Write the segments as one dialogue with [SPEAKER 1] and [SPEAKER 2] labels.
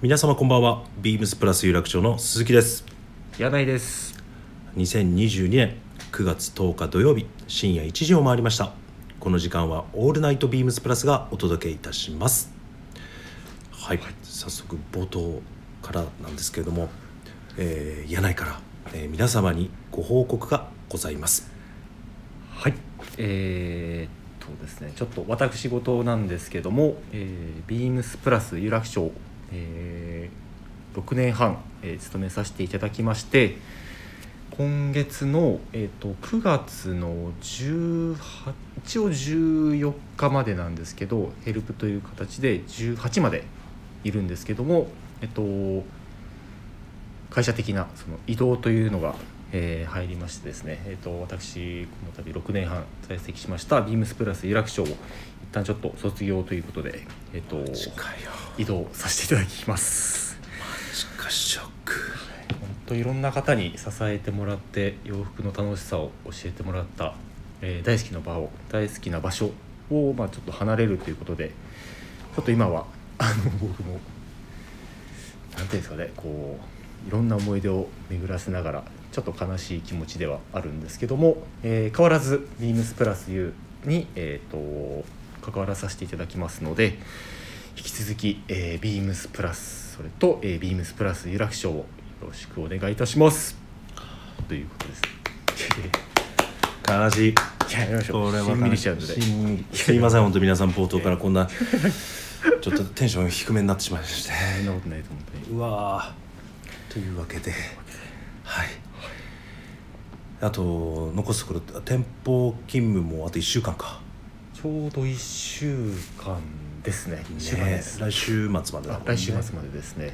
[SPEAKER 1] 皆様こんばんはビームスプラス有楽町の鈴木です
[SPEAKER 2] 柳井です
[SPEAKER 1] 2022年9月10日土曜日深夜1時を回りましたこの時間はオールナイトビームスプラスがお届けいたしますはい、早速冒頭からなんですけれども、えー、柳井から、えー皆様にご報告がございます
[SPEAKER 2] はいえー、っとですねちょっと私事なんですけども、えー、ビームスプラス有楽町、えー、6年半、えー勤めさせていただきまして今月の、えー、と9月の18一応14日までなんですけどヘルプという形で18までいるんですけどもえっ、と会社的なその移動というのが、えー入りましてですね、えー、と私この度6年半在籍しましたビームスプラス有楽町を一旦ちょっと卒業ということで、えー、と
[SPEAKER 1] いよ
[SPEAKER 2] 移動させていただきます
[SPEAKER 1] しかしショック
[SPEAKER 2] 本当いろんな方に支えてもらって洋服の楽しさを教えてもらった、えー大好きな場を大好きな場所を、まあ、ちょっと離れるということでちょっと今は あの僕もなんていうんですかねこういろんな思い出を巡らせながらちょっと悲しい気持ちではあるんですけども、えー変わらず「ビームスプラス U に」えーと関わらさせていただきますので引き続き、えー、ビームスプラスそれと、えー、ビームスプラス有楽町をよろしくお願いいたしますということです。
[SPEAKER 1] 悲しい
[SPEAKER 2] いややりましょ
[SPEAKER 1] こ
[SPEAKER 2] う。
[SPEAKER 1] れは
[SPEAKER 2] しんみりしちゃうんで。
[SPEAKER 1] しんみりすいません本当皆さん冒頭からこんなちょっとテンション低めになってしまいまして
[SPEAKER 2] そんなことないと思って。
[SPEAKER 1] うわーというわけではいあと残すところ店舗勤務もあと1週間か、
[SPEAKER 2] ちょうど一週間ですね。一週間
[SPEAKER 1] ね
[SPEAKER 2] で、す。
[SPEAKER 1] 来週末までだもん
[SPEAKER 2] あ
[SPEAKER 1] ね
[SPEAKER 2] 来週末までですね。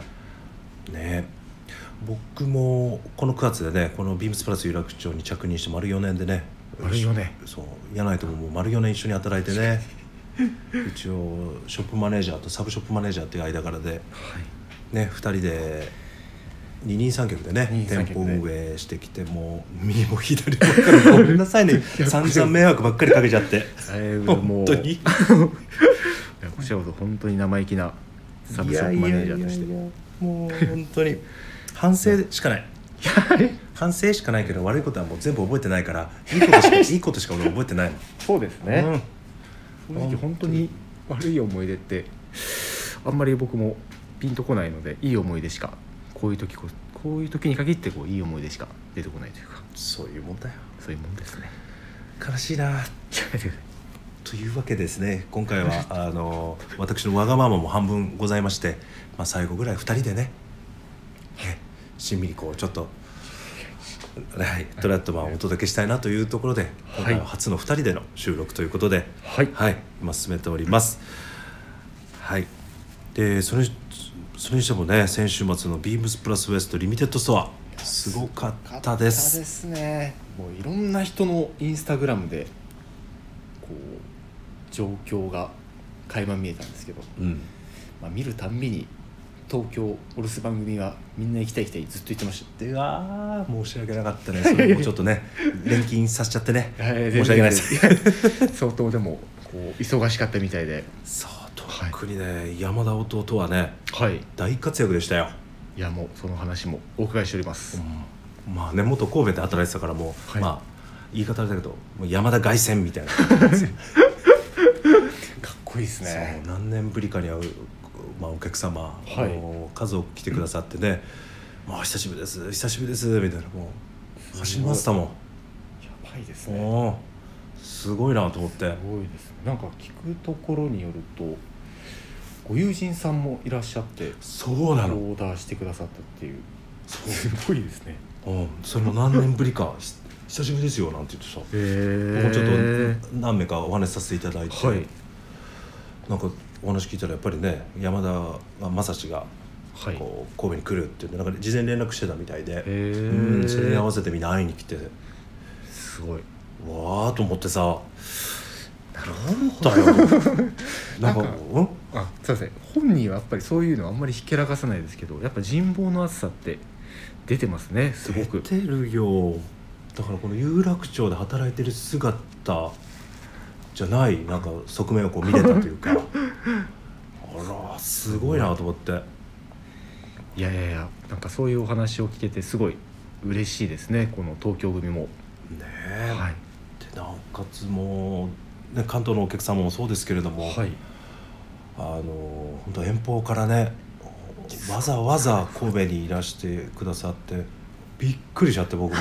[SPEAKER 1] ね僕もこの9月でねこのビームスプラス有楽町に着任して丸4年でね
[SPEAKER 2] 丸四年
[SPEAKER 1] そう柳井とももう丸4年一緒に働いて ね一応ショップマネージャーとサブショップマネージャーっていう間柄で
[SPEAKER 2] はい。
[SPEAKER 1] ね2人で二人三脚でね
[SPEAKER 2] 二人
[SPEAKER 1] 店
[SPEAKER 2] 三脚
[SPEAKER 1] 舗
[SPEAKER 2] で
[SPEAKER 1] 運営してきてもう右も左もばっかりごめんなさ いね散々迷惑ばっかりかけちゃって
[SPEAKER 2] だいぶも
[SPEAKER 1] 本
[SPEAKER 2] う。
[SPEAKER 1] 当に。
[SPEAKER 2] いやこちらこそ本当に生意気なサブショップマネージャーとして。
[SPEAKER 1] いやいやいやもう本当に反省しかない反省しかないけど悪いことはもう全部覚えてないからいいことしかいいことしか俺覚えて ない
[SPEAKER 2] そうです
[SPEAKER 1] の、うん、
[SPEAKER 2] 正直本当に悪い思い出ってあんまり僕もピンとこないのでいい思い出しかこういう時ここういう時に限ってこういい思い出しか出てこないというか
[SPEAKER 1] そういうもんだよ
[SPEAKER 2] そういうもんですね。
[SPEAKER 1] 悲しいなというわけですね今回 はあの私のわがままも半分ございまして、まあ、最後ぐらい2人でねねしんみりこうちょっと。はい、トラットマンをお届けしたいなというところで今回は初の2人での収録ということで、
[SPEAKER 2] はい
[SPEAKER 1] はい、今進めております。はい。で、それそれにしてもね、先週末のビームスプラスウエストリミテッドストアすごかったです。
[SPEAKER 2] ですね。もういろんな人のインスタグラムでこう状況が垣間見えたんですけど、
[SPEAKER 1] うん。
[SPEAKER 2] まあ、見るたんびに東京お留守番組はみんな行きたい行きたいずっと言ってました。
[SPEAKER 1] で、ああ申し訳なかったね。それもちょっとね、錬金させちゃってね。 申し訳ないです。
[SPEAKER 2] す相当でもこう忙しかったみたいで
[SPEAKER 1] さあ、特にね、山田弟はね、
[SPEAKER 2] はい
[SPEAKER 1] 大活躍でしたよ。
[SPEAKER 2] いやもうその話もお伺いしております、
[SPEAKER 1] まあね、元神戸で働いてたからもう、
[SPEAKER 2] はい
[SPEAKER 1] まあ。言い方あれだけど、もう山田凱旋み たいな。
[SPEAKER 2] かっこいいです
[SPEAKER 1] そう何年ぶりかに会う、まあ、お客様、
[SPEAKER 2] はい
[SPEAKER 1] あの数多く来てくださってね「まあ、久しぶりです久しぶりです」みたいなもう
[SPEAKER 2] すごい
[SPEAKER 1] 走りましたも
[SPEAKER 2] やばいです
[SPEAKER 1] ん
[SPEAKER 2] ね
[SPEAKER 1] おーすごいなと思って
[SPEAKER 2] すごいですねなんか聞くところによるとご友人さんもいらっしゃって
[SPEAKER 1] そうなの、
[SPEAKER 2] オーダーしてくださったっていうすごいですね
[SPEAKER 1] うん、それも何年ぶり かひ久しぶりですよなんて言ってさ
[SPEAKER 2] へえ
[SPEAKER 1] 僕もちょっと何名かお話しさせていただいて、
[SPEAKER 2] はい
[SPEAKER 1] なんかお話聞いたらやっぱりね山田正志が
[SPEAKER 2] はい
[SPEAKER 1] こう神戸に来るって言ってなんか事前連絡してたみたいで、
[SPEAKER 2] え
[SPEAKER 1] うん、それに合わせてみんな会いに来て。
[SPEAKER 2] すごい
[SPEAKER 1] わーと思ってさなんだよ なんか
[SPEAKER 2] なんか
[SPEAKER 1] うん
[SPEAKER 2] あすいません本人はやっぱりそういうのあんまりひけらかさないですけどやっぱ人望の厚さって出てますねすごく
[SPEAKER 1] 出てるよだからこの有楽町で働いてる姿じゃないなんか側面をこう見れたというかあらすごいなと思って
[SPEAKER 2] いやいやいやなんかそういうお話を聞けてすごい嬉しいですねこの東京組も、
[SPEAKER 1] ねえ、
[SPEAKER 2] はい
[SPEAKER 1] でなおかつもう、ね、関東のお客様もそうですけれども、
[SPEAKER 2] はい、
[SPEAKER 1] あの本当遠方からねわざわざ神戸にいらしてくださってびっくりしちゃって 僕も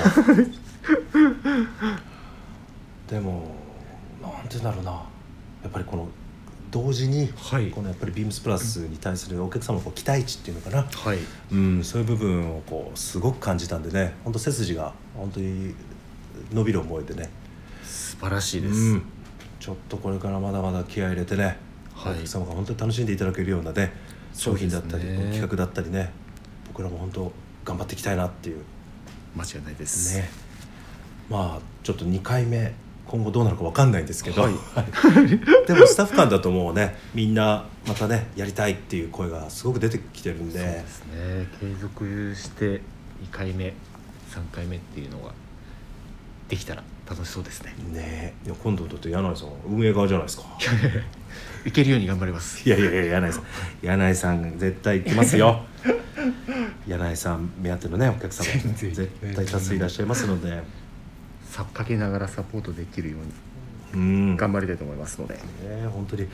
[SPEAKER 1] でもなんて言うんだろうなやっぱりこの同時に
[SPEAKER 2] はい
[SPEAKER 1] このやっぱりビームスプラスに対するお客様のこう期待値っていうのかな、
[SPEAKER 2] はい、
[SPEAKER 1] うん、そういう部分をこうすごく感じたんでね本当背筋が本当に伸びる思いでね
[SPEAKER 2] 素晴らしいです、
[SPEAKER 1] うん、ちょっとこれからまだまだ気合い入れてね、
[SPEAKER 2] はい
[SPEAKER 1] お客様が本当に楽しんでいただけるようなね商品だったり、
[SPEAKER 2] そうですね
[SPEAKER 1] 企画だったりね僕らも本当頑張っていきたいなっていう
[SPEAKER 2] 間違いないです、
[SPEAKER 1] ねまあちょっと2回目今後どうなるかわかんないんですけど、
[SPEAKER 2] は
[SPEAKER 1] でもスタッフ間だともうねみんなまたねやりたいっていう声がすごく出てきてるん
[SPEAKER 2] そ
[SPEAKER 1] で
[SPEAKER 2] うですね継続して2回目3回目っていうのができたら楽しそうですね
[SPEAKER 1] ねいや今度だって柳井さん運営側じゃないですか。
[SPEAKER 2] いけるように頑張ります
[SPEAKER 1] いやいやいや柳井さん柳井さん絶対行きます よ柳井さん目当てのねお客様
[SPEAKER 2] 全然
[SPEAKER 1] 絶対多数いらっしゃいますので
[SPEAKER 2] さかけながらサポートできるように
[SPEAKER 1] うん
[SPEAKER 2] 頑張りたいと思いますので、
[SPEAKER 1] ね本当に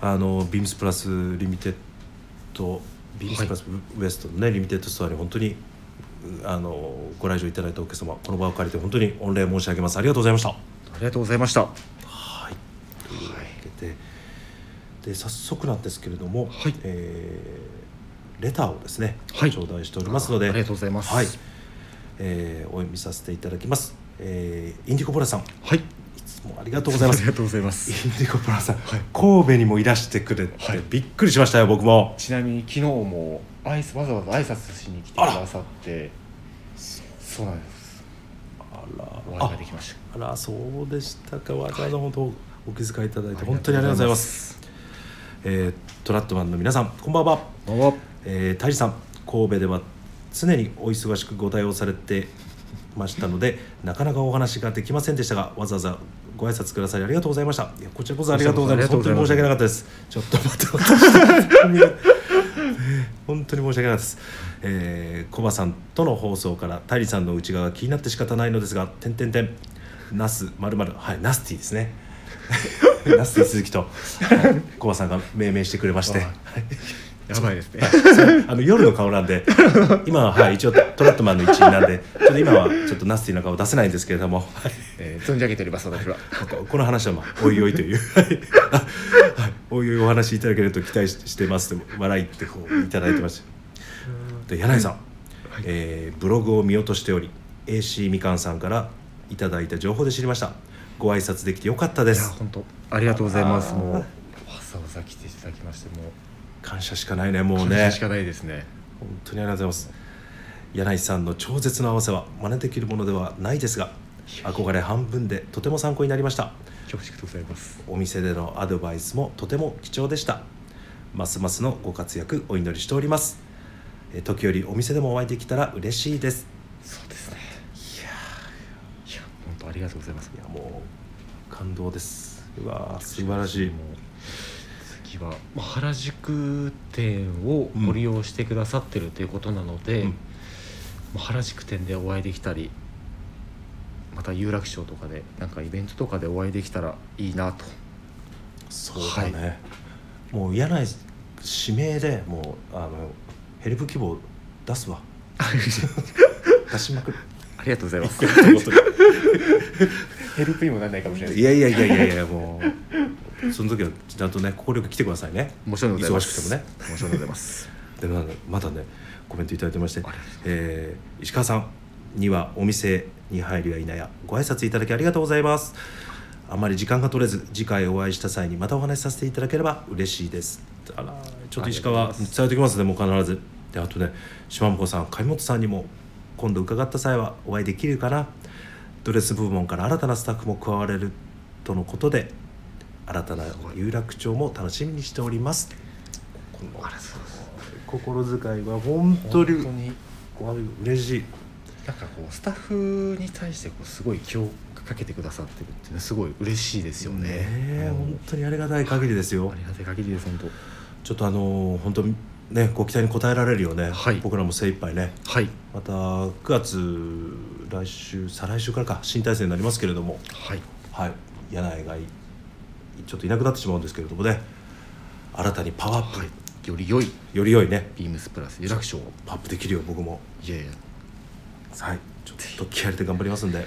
[SPEAKER 1] あのビームスプラスリミテッドビームスプラスウエストのね、リミテッドストアに本当にうあのご来場いただいたお客様この場を借りて本当に御礼申し上げますありがとうございました
[SPEAKER 2] ありがとうございましたは
[SPEAKER 1] はいというわけでで早速なんですけれども、
[SPEAKER 2] はい
[SPEAKER 1] えーレターをですね、
[SPEAKER 2] はい
[SPEAKER 1] 頂戴しておりますので
[SPEAKER 2] あありがとうございます
[SPEAKER 1] はいえーお読みさせていただきます、えーインディコボラさんい
[SPEAKER 2] い
[SPEAKER 1] つもありがとうございます
[SPEAKER 2] あ
[SPEAKER 1] イン
[SPEAKER 2] りがとうございます
[SPEAKER 1] ディコボラさん、
[SPEAKER 2] はい
[SPEAKER 1] 神戸にもいらしてくれて、
[SPEAKER 2] はい
[SPEAKER 1] びっくりしましたよ僕も
[SPEAKER 2] ちなみに昨日も挨拶わざわざ挨拶しに来てくださってそうなんです
[SPEAKER 1] あら
[SPEAKER 2] お会いが
[SPEAKER 1] あ
[SPEAKER 2] できました
[SPEAKER 1] あらそうでしたかわざわざ本当お気遣いいただいて
[SPEAKER 2] あ
[SPEAKER 1] 本当にありがとうございます
[SPEAKER 2] す
[SPEAKER 1] えートラットマンの皆さんこんばんは
[SPEAKER 2] どうも
[SPEAKER 1] えー、大地さん神戸では常にお忙しくご対応されてましたのでなかなかお話ができませんでしたがわざわざご挨拶くださりありがとうございましたいやこちらこそありがとうございます
[SPEAKER 2] こ
[SPEAKER 1] 本
[SPEAKER 2] ち
[SPEAKER 1] 当
[SPEAKER 2] ら
[SPEAKER 1] に
[SPEAKER 2] こ
[SPEAKER 1] 申し訳
[SPEAKER 2] そあり
[SPEAKER 1] な
[SPEAKER 2] が
[SPEAKER 1] かったですちょっと待って私本当にね本当に申し訳なかったです、えー、コバさんとの放送から大理さんの内側が気になって仕方ないのですが「てんてんてん」ナスまるまるはいナスティですね ナスティ鈴木とはいコバさんが命名してくれまして
[SPEAKER 2] あ
[SPEAKER 1] はい
[SPEAKER 2] やばいですね
[SPEAKER 1] あの夜の顔なんで、今は、はい、一応トラットマンの一員なんで、ちょっと今はちょっとナスティな顔出せないんですけれども、はい
[SPEAKER 2] えー存じ上げております私は
[SPEAKER 1] この話はまあおいおいという、はいはいおいおいお話しいただけると期待ししてますと笑いってこういただいてました。で柳井さん、えーブログを見落としており、AC みかんさんからいただいた情報で知りました。ご挨拶できてよかったで
[SPEAKER 2] いや
[SPEAKER 1] す。
[SPEAKER 2] 本当ありがとうございます
[SPEAKER 1] あー
[SPEAKER 2] もうわざわざ来ていただきましても
[SPEAKER 1] 感謝しかないね、
[SPEAKER 2] う
[SPEAKER 1] もう
[SPEAKER 2] 感謝
[SPEAKER 1] ね。
[SPEAKER 2] しかないですね
[SPEAKER 1] 本当にありがとうございます柳井さんの超絶の合わせは真似できるものではないですが憧れ半分でとても参考になりました
[SPEAKER 2] 恐縮でございます
[SPEAKER 1] お店でのアドバイスもとても貴重でしたますますのご活躍お祈りしておりますえ時折お店でもお会いできたら嬉しいです
[SPEAKER 2] そうですねいやいや本当ありがとうございます
[SPEAKER 1] いやもう感動ですうわー素晴らしい
[SPEAKER 2] もう次はまあ原宿店を
[SPEAKER 1] うん
[SPEAKER 2] ご利用してくださってるということなので、
[SPEAKER 1] うん
[SPEAKER 2] まあ原宿店でお会いできたりまた有楽町とかでなんかイベントとかでお会いできたらいいなと
[SPEAKER 1] そうだね、もう柳井指名でもうあのヘルプ希望出すわ 出しまくる
[SPEAKER 2] ありがとうございます ヘルプにもならないかもしれ
[SPEAKER 1] いやいやいやいやいやもう その時はちゃんとね快く来てくださいね
[SPEAKER 2] 面白いのでございま
[SPEAKER 1] 忙し
[SPEAKER 2] す
[SPEAKER 1] くてもね
[SPEAKER 2] 面白いのでございます
[SPEAKER 1] でもなんかまだねコメントいただいてまして
[SPEAKER 2] りがとうございま、
[SPEAKER 1] えー石川さんにはお店に入るや否やご挨拶いただきありがとうございますあまり時間が取れず次回お会いした際にまたお話しさせていただければ嬉しいですあらちょっと石
[SPEAKER 2] あり
[SPEAKER 1] 川
[SPEAKER 2] がと
[SPEAKER 1] 伝
[SPEAKER 2] うございます
[SPEAKER 1] えておきますねもう必ずであとね島本さん上本さんにも今度伺った際はお会いできるかなドレス部門から新たなスタッフも加われるとのことで新たな有楽町も楽しみにしておりますこの
[SPEAKER 2] ありがとうございます
[SPEAKER 1] 心遣いは本当に
[SPEAKER 2] 本当に
[SPEAKER 1] 嬉しい
[SPEAKER 2] なんかこうスタッフに対してこうすごい気をかけてくださってるっていうのはすごい嬉しいですよね
[SPEAKER 1] え
[SPEAKER 2] うん
[SPEAKER 1] 本当にありがたい限りですよ
[SPEAKER 2] ありがたい限りです本当
[SPEAKER 1] ちょっとあのー本当ねご期待に応えられるようね、
[SPEAKER 2] はい
[SPEAKER 1] 僕らも精一杯ね
[SPEAKER 2] はい
[SPEAKER 1] また9月来週再来週からか新体制になりますけれども
[SPEAKER 2] はい
[SPEAKER 1] はい柳井がいちょっといなくなってしまうんですけれどもね新たにパワーアップ、
[SPEAKER 2] はいより良い
[SPEAKER 1] より良いね
[SPEAKER 2] ビームスプラス有楽町
[SPEAKER 1] パワーアップできるよ僕も
[SPEAKER 2] いやいや
[SPEAKER 1] はいちょっと気合い入れて頑張りますんで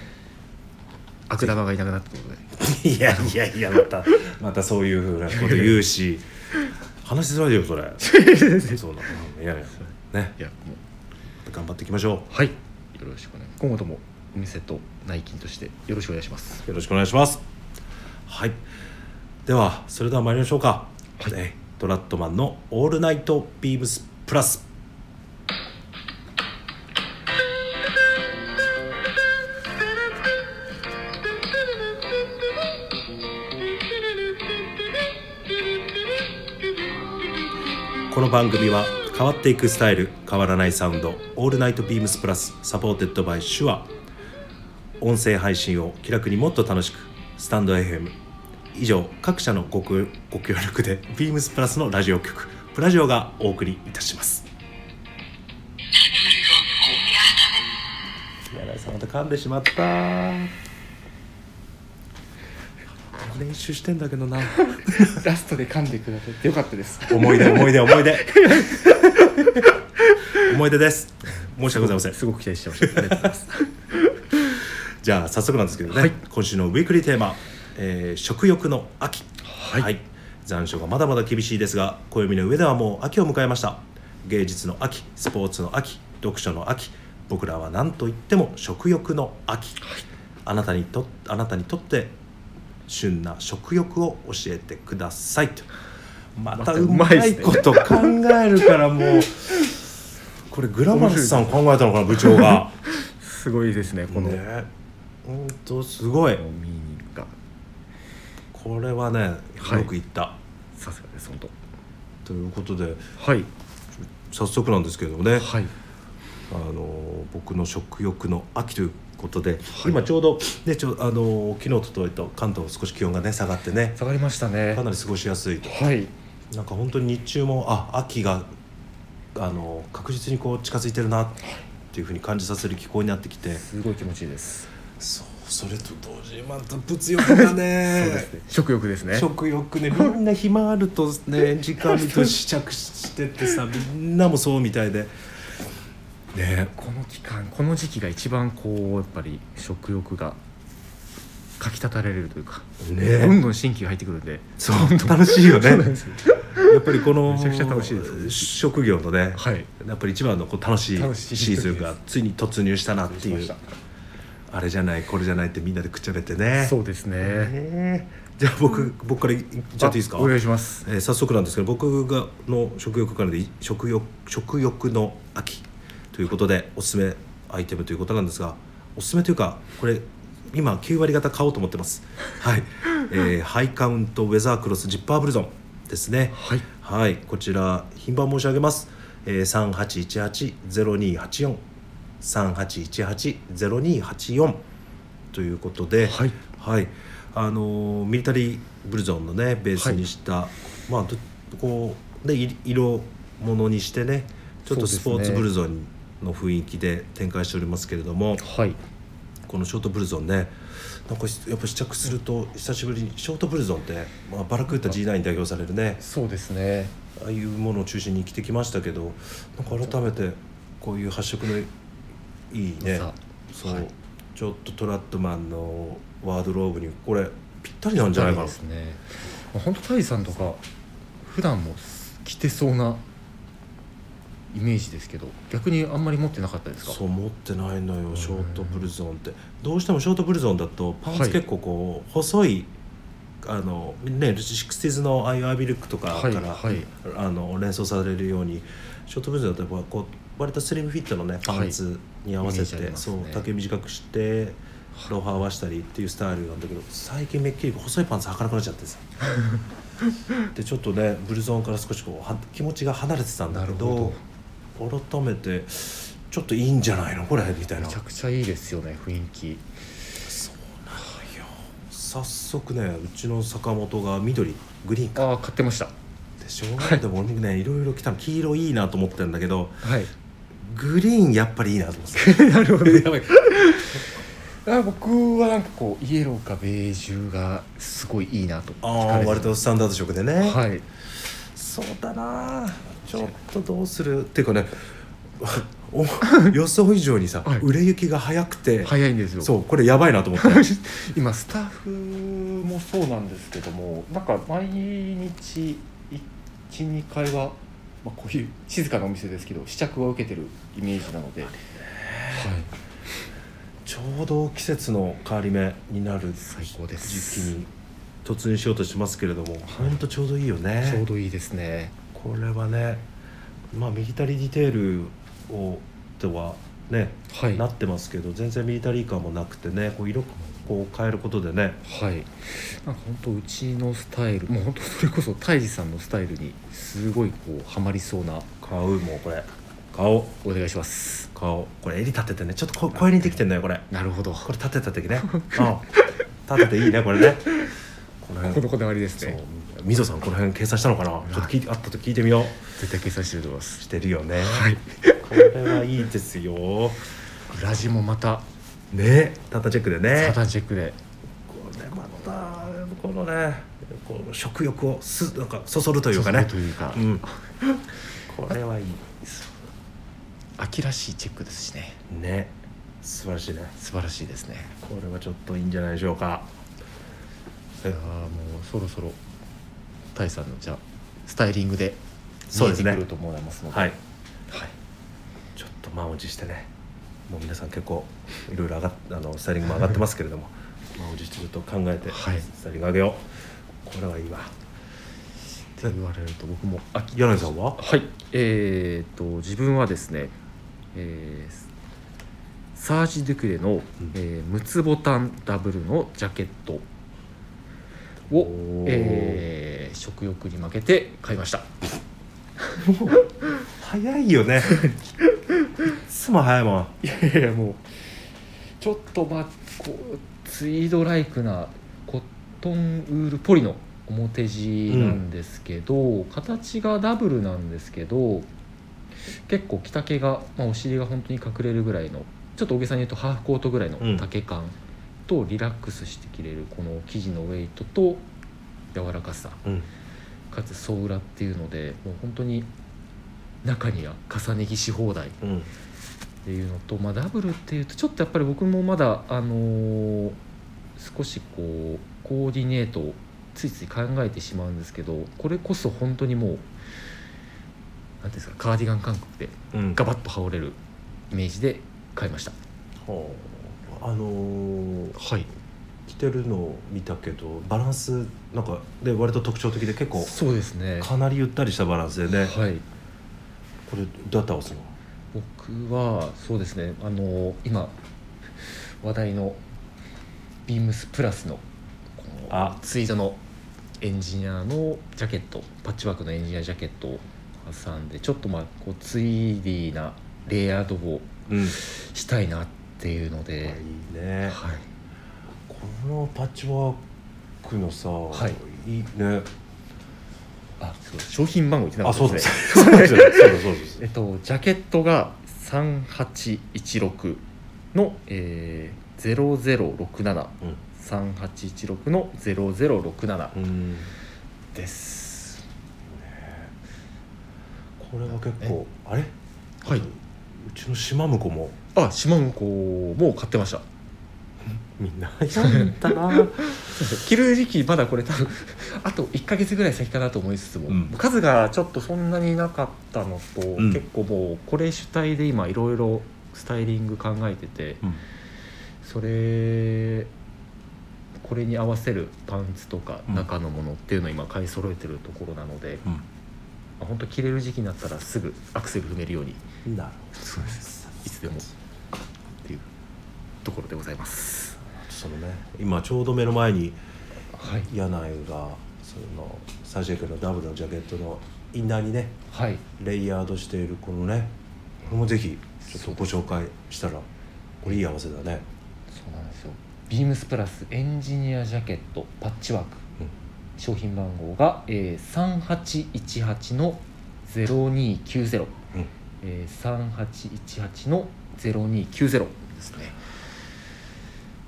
[SPEAKER 2] 悪玉がいなくなったことで
[SPEAKER 1] いやいやいやまたまたそういうふうなこと言うし話しづらい よそれそうなのいやいやね
[SPEAKER 2] いやもう
[SPEAKER 1] 頑張っていきましょ
[SPEAKER 2] はいよろしくお願い今後ともお店と内勤としてよろしくお願いします
[SPEAKER 1] うよろしくお願いしますはいではそれでは参りましょうか、
[SPEAKER 2] はい
[SPEAKER 1] ねトラットマンの「オールナイトビームスプラス」この番組は変わっていくスタイル変わらないサウンド「オールナイトビームスプラス」サポーテッドバイ手話音声配信を気楽にもっと楽しくスタンド FM 以上各社のご協ご協力でビームスプラスのラジオ局プラジオがお送りいたします柳井さんまた噛んでしまった練習してんだけどな
[SPEAKER 2] ラストで噛んでくださってよかったです
[SPEAKER 1] 思い出思い出思い出思い出です申し訳ございません
[SPEAKER 2] すごく期待してましたありがとうございます
[SPEAKER 1] じゃあ早速なんですけどね、
[SPEAKER 2] はい
[SPEAKER 1] 今週のウィークリーテーマ、えー食欲の秋
[SPEAKER 2] はい
[SPEAKER 1] 残暑がまだまだ厳しいですが暦の上ではもう秋を迎えました芸術の秋スポーツの秋読書の秋僕らは何と言っても食欲の秋、あなたにとあなたにとって旬な食欲を教えてくださいとま
[SPEAKER 2] ま
[SPEAKER 1] た
[SPEAKER 2] た
[SPEAKER 1] う
[SPEAKER 2] う
[SPEAKER 1] ま
[SPEAKER 2] まいっす
[SPEAKER 1] い
[SPEAKER 2] ね
[SPEAKER 1] こと考えるからもうこれグラマラスさん考えたのかな部長 が。
[SPEAKER 2] すごいですねこの、
[SPEAKER 1] ね本当すごい
[SPEAKER 2] このミニが
[SPEAKER 1] これはね
[SPEAKER 2] はい
[SPEAKER 1] よく言った、
[SPEAKER 2] さすがです本当
[SPEAKER 1] ということで
[SPEAKER 2] はい
[SPEAKER 1] 早速なんですけれどもね、
[SPEAKER 2] はい
[SPEAKER 1] あのー僕の食欲の秋ということで、今ちょうど、ね、ちょあのー昨日とといと関東少し気温がね下がってね
[SPEAKER 2] 下がりましたね
[SPEAKER 1] かなり過ごしやすいと
[SPEAKER 2] はい
[SPEAKER 1] なんか本当に日中もあ秋があのー確実にこう近づいてるなっていうふうに感じさせる気候になってきて
[SPEAKER 2] すごい気持ちいいです
[SPEAKER 1] そうそれと同時にまた物欲 がね
[SPEAKER 2] そうですね食欲ですね
[SPEAKER 1] 食欲ねみんな暇あるとね時間と試着してて さみんなもそうみたいでね
[SPEAKER 2] この期間この時期が一番こうやっぱり食欲がかきたたれるというか、
[SPEAKER 1] ね
[SPEAKER 2] どんどん新規が入ってくるんで
[SPEAKER 1] そう楽しいよね
[SPEAKER 2] そうなんですよ
[SPEAKER 1] やっぱりこの
[SPEAKER 2] めちゃくちゃ楽しいです
[SPEAKER 1] 職業のね、
[SPEAKER 2] はい
[SPEAKER 1] やっぱり一番のこう楽しい
[SPEAKER 2] 楽しい
[SPEAKER 1] シーズンがついに突入したなって
[SPEAKER 2] しま
[SPEAKER 1] い
[SPEAKER 2] し
[SPEAKER 1] う
[SPEAKER 2] た
[SPEAKER 1] あれじゃないこれじゃないってみんなでくっちゃべってね
[SPEAKER 2] そうですね
[SPEAKER 1] ねじゃあ僕僕からいっちゃっていいですか
[SPEAKER 2] あお願いします
[SPEAKER 1] えー早速なんですけど僕がの食欲からでい食欲食欲の秋ということでおすすめアイテムということなんですがおすすめというかこれ今9割方買おうと思って ますはい、えーハイカウントウェザークロスジッパーブルゾンですね
[SPEAKER 2] はい
[SPEAKER 1] はいこちら品番申し上げます、えー、3818-0284 3818-0284ということで、
[SPEAKER 2] はい
[SPEAKER 1] はい、あのーミリタリーブルゾンのねベースにした、まあどこうでい色物にしてねちょっとスポーツ
[SPEAKER 2] そうですね
[SPEAKER 1] ブルゾンの雰囲気で展開しておりますけれども、
[SPEAKER 2] はい
[SPEAKER 1] このショートブルゾンねなんかやっぱ試着すると久しぶりにショートブルゾンって、まあ、バラクータ G9 に代表されるね
[SPEAKER 2] そうですね
[SPEAKER 1] ああいうものを中心に生きてきましたけどなんか改めてこういう発色のいいね
[SPEAKER 2] さ
[SPEAKER 1] そう、
[SPEAKER 2] はい
[SPEAKER 1] ちょっとトラットマンのワードローブにこれぴったりなんじゃないかな
[SPEAKER 2] ですねまあ本当タイさんとか普段も着てそうなイメージですけど逆にあんまり持ってなかったですか
[SPEAKER 1] そう持ってないのよショートブルゾンってどうしてもショートブルゾンだとパンツ
[SPEAKER 2] はい
[SPEAKER 1] 結構こう細いあのねシックスティーズのああいうアイビルックとかから、
[SPEAKER 2] はいはい
[SPEAKER 1] あの連想されるようにショートブルゾンだとやっぱこう割とスリムフィットのねパンツに合わせ
[SPEAKER 2] イメージあ
[SPEAKER 1] て、
[SPEAKER 2] ります
[SPEAKER 1] そう
[SPEAKER 2] ね
[SPEAKER 1] 丈短くしてローファー合わしたりっていうスタイルなんだけど最近めっきり細いパンツ履かなくなっちゃって さでちょっとねブルゾンから少しこうは気持ちが離れてたんだけ
[SPEAKER 2] なる
[SPEAKER 1] ど改めてちょっといいんじゃないのこれみたいな
[SPEAKER 2] めちゃくちゃいいですよね雰囲気
[SPEAKER 1] 早速ねうちの坂本が緑グリーンか
[SPEAKER 2] ああ買ってました
[SPEAKER 1] でしょうがないでも俺もねいろいろ来たの黄色いいなと思ってんだけど
[SPEAKER 2] はい
[SPEAKER 1] グリーンやっぱりいいなと思ってた
[SPEAKER 2] なるほどやばいあ僕はなんかこうイエローかベージュがすごいいいなと惹か
[SPEAKER 1] ああ
[SPEAKER 2] れて
[SPEAKER 1] 割とスタンダード色でね、
[SPEAKER 2] はい
[SPEAKER 1] そうだなちょっとどうするっていうかね お予想以上にさ、
[SPEAKER 2] はい
[SPEAKER 1] 売れ行きが早くて
[SPEAKER 2] 早いんですよ
[SPEAKER 1] そうこれやばいなと思って
[SPEAKER 2] 今スタッフもそうなんですけどもなんか毎日12回は、まあ、こういう静かなお店ですけど試着は受けてるイメージなので、はい、
[SPEAKER 1] ちょうど季節の変わり目になる
[SPEAKER 2] 最高で
[SPEAKER 1] 時期
[SPEAKER 2] す
[SPEAKER 1] に突入しようとしてますけれども、ほんとちょうどいいよね
[SPEAKER 2] ちょうどいいですね
[SPEAKER 1] これはねまあミリタリーディテールをとはね、
[SPEAKER 2] はい
[SPEAKER 1] な
[SPEAKER 2] は
[SPEAKER 1] ってますけど全然ミリタリー感もなくてねこう色こう変えることでね
[SPEAKER 2] いなんか本当うちのスタイルもう本当それこそ泰治さんのスタイルにすごいこうハマりそうな
[SPEAKER 1] 買うもうこれ顔
[SPEAKER 2] お願いします
[SPEAKER 1] 顔これ襟立ててねちょっとこ小襟にできてんだよこれ
[SPEAKER 2] なるほど
[SPEAKER 1] こ
[SPEAKER 2] こ
[SPEAKER 1] れ立てた時ねああ立てていいねこれねこの
[SPEAKER 2] の
[SPEAKER 1] 辺
[SPEAKER 2] こだわりです
[SPEAKER 1] そう
[SPEAKER 2] ね
[SPEAKER 1] みぞさんこの辺計算したのかなちょっと聞いてあったと聞いてみよう
[SPEAKER 2] 絶対計算してると思います
[SPEAKER 1] してるよね、
[SPEAKER 2] はい
[SPEAKER 1] これはいいですよ
[SPEAKER 2] ラジもまた
[SPEAKER 1] ねタタチェックでね
[SPEAKER 2] サタンチェックで
[SPEAKER 1] これまたこのねこの食欲をすなんかそそるというかね
[SPEAKER 2] というか、
[SPEAKER 1] うん これはいい
[SPEAKER 2] 秋らしいチェックですしね
[SPEAKER 1] ね素晴らしいね
[SPEAKER 2] 素晴らしいですね
[SPEAKER 1] これはちょっといいんじゃないでしょうか
[SPEAKER 2] いやーもうそろそろタイさんのじゃあスタイリングで
[SPEAKER 1] そうですね
[SPEAKER 2] 見えてくると思いますので、
[SPEAKER 1] はい
[SPEAKER 2] はい
[SPEAKER 1] ちょっと満を持してねもう皆さん結構いろいろ上がっあのスタイリングも上がってますけれども満を持してずっと考えて
[SPEAKER 2] はい
[SPEAKER 1] スタイリング上げよう、これはいいわ
[SPEAKER 2] って言われると僕もあき
[SPEAKER 1] 柳さんは
[SPEAKER 2] はいえー、と自分はですね、えーサージ・デュクレ
[SPEAKER 1] う
[SPEAKER 2] の、
[SPEAKER 1] ん
[SPEAKER 2] えームツボタンダブルのジャケットを
[SPEAKER 1] おー、
[SPEAKER 2] えー食欲に負けて買いました
[SPEAKER 1] 早いよねいつも早いもん
[SPEAKER 2] いやいやいやもうちょっとまあこうツイードライクなコットンウールポリの表地なんですけど、形がダブルなんですけど結構着丈が、まあ、お尻が本当に隠れるぐらいのちょっと大げさに言うとハーフコートぐらいの
[SPEAKER 1] うん
[SPEAKER 2] 丈感とリラックスして着れるこの生地のウェイトと柔らかさ
[SPEAKER 1] うん
[SPEAKER 2] かつ総裏っていうのでもう本当に中には重ね着し放題
[SPEAKER 1] うん
[SPEAKER 2] っていうのと、まあ、ダブルっていうとちょっとやっぱり僕もまだ、あのー少しこうコーディネートをついつい考えてしまうんですけどこれこそ本当にもう何ていうんですかカーディガン感覚で
[SPEAKER 1] うん
[SPEAKER 2] ガバッと羽織れるイメージで買いました
[SPEAKER 1] ほうあのー
[SPEAKER 2] はい
[SPEAKER 1] 着てるのを見たけどバランスなんかで割と特徴的で結構
[SPEAKER 2] そうですね
[SPEAKER 1] かなりゆったりしたバランスでね
[SPEAKER 2] はい
[SPEAKER 1] これどうやって合わせるの
[SPEAKER 2] 僕はそうですねあのー今話題のビームスプラスのこ
[SPEAKER 1] あ
[SPEAKER 2] のツイートのエンジニアのジャケットパッチワークのエンジニアジャケットを挟んでちょっとまあこうツイーディーなレイヤードを
[SPEAKER 1] うん
[SPEAKER 2] したいなっていうの
[SPEAKER 1] いい
[SPEAKER 2] で、
[SPEAKER 1] ね
[SPEAKER 2] はい、
[SPEAKER 1] このパッチワークのさ、、
[SPEAKER 2] はい
[SPEAKER 1] いね
[SPEAKER 2] あそう商品番号言ってなか
[SPEAKER 1] あ
[SPEAKER 2] った
[SPEAKER 1] そう
[SPEAKER 2] です
[SPEAKER 1] です
[SPEAKER 2] ね
[SPEAKER 1] そうですそうです そうです
[SPEAKER 2] えっと、ジャケットが3816の、えー、00673816の0067
[SPEAKER 1] うん、うん、
[SPEAKER 2] です、
[SPEAKER 1] これは結構あれ
[SPEAKER 2] はいう
[SPEAKER 1] ちの島婿も
[SPEAKER 2] あ島向こうもう買ってました
[SPEAKER 1] みんな早かったな
[SPEAKER 2] 着る時期まだこれ多分 あと1か月ぐらい先かなと思いつつも、
[SPEAKER 1] うん
[SPEAKER 2] 数がちょっとそんなになかったのと、
[SPEAKER 1] ん
[SPEAKER 2] 結構もうこれ主体で今いろいろスタイリング考えてて
[SPEAKER 1] うん
[SPEAKER 2] それこれに合わせるパンツとか
[SPEAKER 1] うん
[SPEAKER 2] 中のものっていうのを今買い揃えてるところなので、まあ、本当着れる時期になったらすぐアクセル踏めるように
[SPEAKER 1] うんなる
[SPEAKER 2] そうですいつでもっていうところでございます
[SPEAKER 1] そのね今ちょうど目の前に
[SPEAKER 2] はい
[SPEAKER 1] 柳井がそのサージェクのダブルのジャケットのインナーにね
[SPEAKER 2] はい
[SPEAKER 1] レイヤードしているこのねこれもぜひちょっとご紹介したらこれいい合わせだね、
[SPEAKER 2] そうなんですよビームスプラスエンジニアジャケットパッチワーク
[SPEAKER 1] うん、
[SPEAKER 2] 商品番号が、えー、3818の0290、
[SPEAKER 1] うん
[SPEAKER 2] えー、3818の0290ですね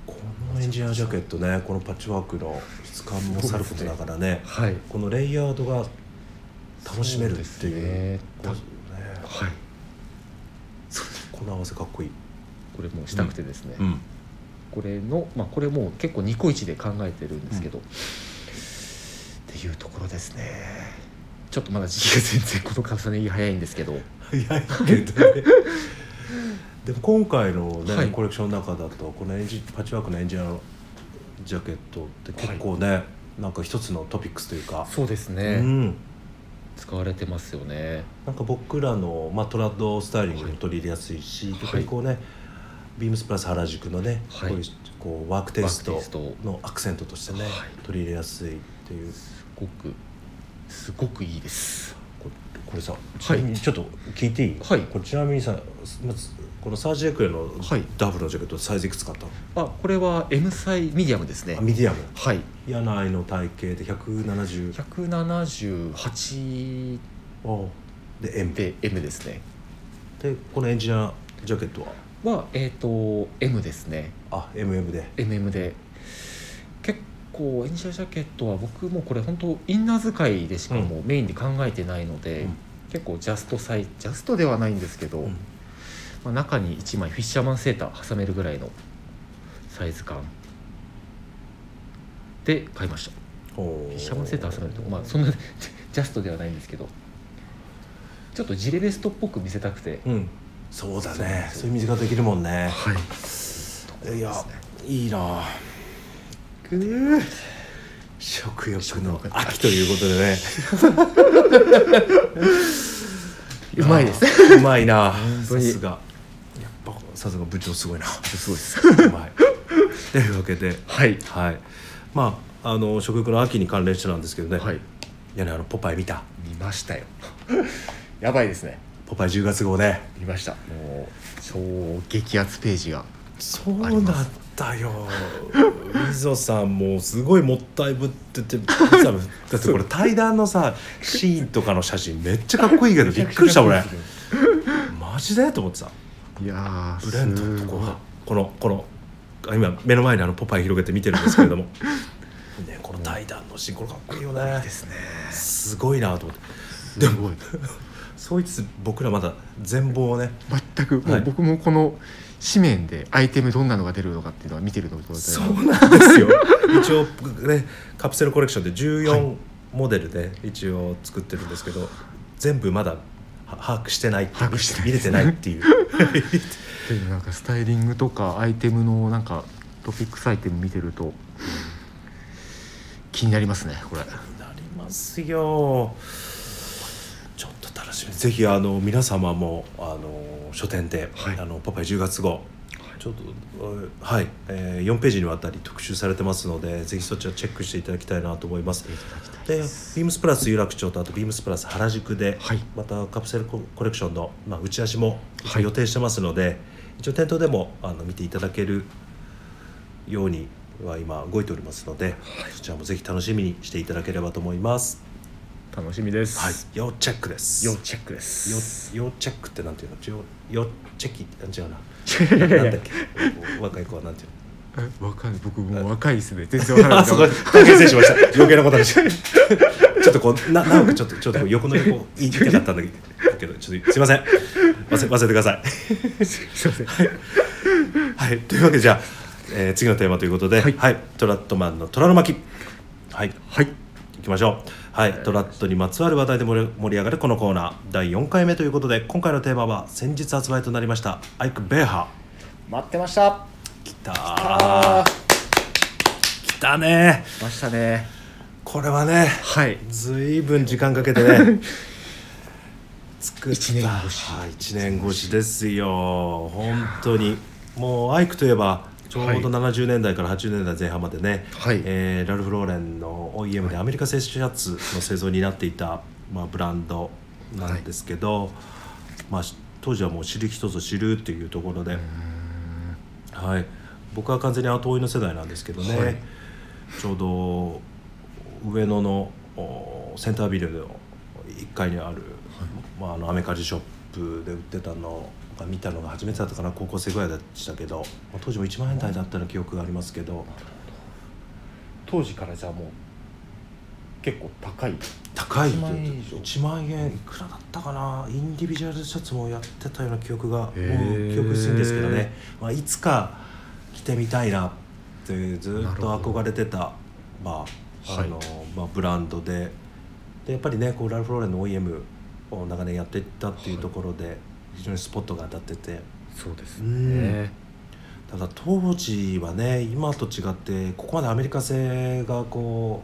[SPEAKER 1] このエンジニアジャケットねこのパッチワークの質感もさることながらね
[SPEAKER 2] はい
[SPEAKER 1] このレイヤードが楽しめるって
[SPEAKER 2] そう
[SPEAKER 1] いう
[SPEAKER 2] ですね
[SPEAKER 1] こうね
[SPEAKER 2] はい
[SPEAKER 1] この合わせかっこいい、
[SPEAKER 2] これもうしたくてですね、
[SPEAKER 1] ん、
[SPEAKER 2] これの、まあ、これもう結構ニコイチで考えてるんですけど、っていうところですねちょっとまだ時期が全然この重ね着早いんですけど
[SPEAKER 1] 早いけどねでも今回の、ね
[SPEAKER 2] はい
[SPEAKER 1] コレクションの中だとこのエンジパッチワークのエンジニアのジャケットって結構ね、なんか一つのトピックスというか、
[SPEAKER 2] そうです
[SPEAKER 1] う
[SPEAKER 2] ね
[SPEAKER 1] ん、
[SPEAKER 2] 使われてますよね
[SPEAKER 1] なんか僕らの、まあ、トラッドスタイリングにも取り入れやすいし、
[SPEAKER 2] はい
[SPEAKER 1] 逆にこうね、ビームスプラス原宿のね、
[SPEAKER 2] はい
[SPEAKER 1] こういうこうワークテイス
[SPEAKER 2] ワ
[SPEAKER 1] ト
[SPEAKER 2] ークテイス
[SPEAKER 1] のアクセントとしてね、
[SPEAKER 2] はい
[SPEAKER 1] 取り入れやすいっていう
[SPEAKER 2] すごくすごくいいです
[SPEAKER 1] ここれさちなみにちょっと聞いていい、
[SPEAKER 2] はい
[SPEAKER 1] これちなみにさまずこのサージエクエの
[SPEAKER 2] はい
[SPEAKER 1] ダブルのジャケットサイズいくつ買ったの、
[SPEAKER 2] あこれは M サイミディアムですね
[SPEAKER 1] あミディアム
[SPEAKER 2] はい
[SPEAKER 1] 柳井の体型で170
[SPEAKER 2] 178
[SPEAKER 1] で M で
[SPEAKER 2] で M ですね
[SPEAKER 1] このエンジニアジャケットは
[SPEAKER 2] はえっ、と M ですね
[SPEAKER 1] あ MM で
[SPEAKER 2] MM で結構エンジニアジャケットは僕もうこれ本当インナー使いでしか
[SPEAKER 1] うん
[SPEAKER 2] もうメインで考えてないので、
[SPEAKER 1] うん
[SPEAKER 2] 結構ジャストサイジャストではないんですけど、
[SPEAKER 1] うん
[SPEAKER 2] まあ、中に1枚フィッシャーマンセーター挟めるぐらいのサイズ感で買いました
[SPEAKER 1] お
[SPEAKER 2] フィッシャーマンセーター挟めるとまあそんな ジャストではないんですけどちょっとジレベストっぽく見せたくて、
[SPEAKER 1] うんそうだ
[SPEAKER 2] そうなん
[SPEAKER 1] ね
[SPEAKER 2] です
[SPEAKER 1] そう
[SPEAKER 2] よ
[SPEAKER 1] いう水ができるもんね
[SPEAKER 2] はい
[SPEAKER 1] いやいいな食欲の秋ということでね
[SPEAKER 2] うまいです
[SPEAKER 1] うまいな
[SPEAKER 2] 当
[SPEAKER 1] さ
[SPEAKER 2] に
[SPEAKER 1] すがやっぱさすが部長すごいな
[SPEAKER 2] そうです
[SPEAKER 1] う まいというわけで
[SPEAKER 2] はい
[SPEAKER 1] はいまああの食欲の秋に関連してなんですけどね、
[SPEAKER 2] はい
[SPEAKER 1] いやねあのポパイ見た
[SPEAKER 2] 見ましたよ やばいですね
[SPEAKER 1] ポパイ10月号ね
[SPEAKER 2] 見ましたもう超激アツページが
[SPEAKER 1] そうだったよ溝さんもうすごいもったいぶっててだってこれ対談のさシーンとかの写真めっちゃかっこいいけどびっくりした俺マジでと思ってさ
[SPEAKER 2] いや
[SPEAKER 1] ブ
[SPEAKER 2] ー
[SPEAKER 1] レンドと
[SPEAKER 2] すご
[SPEAKER 1] こ
[SPEAKER 2] いう
[SPEAKER 1] このこのあ今目の前にあのポパイ広げて見てるんですけれどもねこの対談のシーンこれかっこいいよね
[SPEAKER 2] ですね
[SPEAKER 1] すごいなと思って
[SPEAKER 2] でも
[SPEAKER 1] そいつ僕らまだ全貌をね
[SPEAKER 2] 全くも
[SPEAKER 1] はいう
[SPEAKER 2] 僕もこの紙面でアイテムどんなのが出るのかっていうのは見てるのと
[SPEAKER 1] そうなんですよ一応、ね、カプセルコレクションで14モデルで一応作ってるんですけど、全部まだは把握してない
[SPEAKER 2] 把握してない
[SPEAKER 1] 見れてないっていう
[SPEAKER 2] でもなんかスタイリングとかアイテムのなんかトピックスアイテム見てると気になりますねこれ
[SPEAKER 1] なりますよちょっと楽しみぜひあの皆様もあの書店で、
[SPEAKER 2] はい
[SPEAKER 1] あのパパイ10月号ちょっとえーはい、えー4ページにわたり特集されてますのでぜひそちらチェックしていただきたいなと思います。でビームスプラス有楽町とあとビームスプラス原宿で、
[SPEAKER 2] はい
[SPEAKER 1] またカプセルココレクションの、まあ、打ち出しも一応
[SPEAKER 2] はい
[SPEAKER 1] 予定してますので、一応店頭でもあの見ていただけるようには今動いておりますので、そちらもぜひ楽しみにしていただければと思います。
[SPEAKER 2] 楽しみです
[SPEAKER 1] はい、要チェックです。
[SPEAKER 2] 要チェックです
[SPEAKER 1] 要要チェックってなんていうの？要要チェキあ違うな。
[SPEAKER 2] いやいや
[SPEAKER 1] なんだっけ？若い子はなんていうの？
[SPEAKER 2] え若い僕もう若いですね全然わから
[SPEAKER 1] あ
[SPEAKER 2] ない
[SPEAKER 1] そこ大変失礼しました余計なことでした ちょっとこうななんかちょっとちょっとこう横の横言いたかったんだけどちょっとすいません忘れ忘れてください
[SPEAKER 2] すいません
[SPEAKER 1] はいというわけでじゃあ、えー次のテーマということで、は
[SPEAKER 2] はいい
[SPEAKER 1] トラットマンの虎の巻はい
[SPEAKER 2] はい
[SPEAKER 1] 行きましょうはいトラットにまつわる話題で盛り盛り上がるこのコーナー第4回目ということで今回のテーマは先日発売となりましたアイク・ベーハ
[SPEAKER 2] 待ってました
[SPEAKER 1] ー来たー来たねー
[SPEAKER 2] 来ましたね
[SPEAKER 1] これはね
[SPEAKER 2] はい
[SPEAKER 1] ずいぶん時間かけて ね作った
[SPEAKER 2] 一年越し
[SPEAKER 1] はい一年越しですよ本当にもうアイクといえばちょうど70年代から80年代前半までね、
[SPEAKER 2] はい
[SPEAKER 1] えーラルフ・ローレンの OEM でアメリカ製シャツの製造になっていた、まあ、ブランドなんですけど、まあ、し当時はもう知る人ぞ知るっていうところで、はい、僕は完全に後追いの世代なんですけどね、
[SPEAKER 2] はい
[SPEAKER 1] ちょうど上野のおセンタービルの1階にある、まあ、あのアメカジショップで売ってたのが見たのが初めてだったかな高校生ぐらいでしたけどまあ当時も1万円台だったような記憶がありますけど
[SPEAKER 2] 当時からじゃあもう結構高い
[SPEAKER 1] 高い
[SPEAKER 2] 1万円以上
[SPEAKER 1] 1万円いくらだったかなインディビジュアルシャツもやってたような記憶がもう記
[SPEAKER 2] へー
[SPEAKER 1] 憶薄いんですけどね、まあ、いつか着てみたいなっていうず
[SPEAKER 2] な
[SPEAKER 1] っ
[SPEAKER 2] る
[SPEAKER 1] と
[SPEAKER 2] ほど
[SPEAKER 1] 憧れてた、まああの
[SPEAKER 2] はい
[SPEAKER 1] まあ、ブランドででやっぱりねこうラルフ・ローレンの OEM を長年やっていったっていうところで、非常にスポットが当たってて
[SPEAKER 2] そうです
[SPEAKER 1] うんただ当時はね今と違ってここまでアメリカ製がこ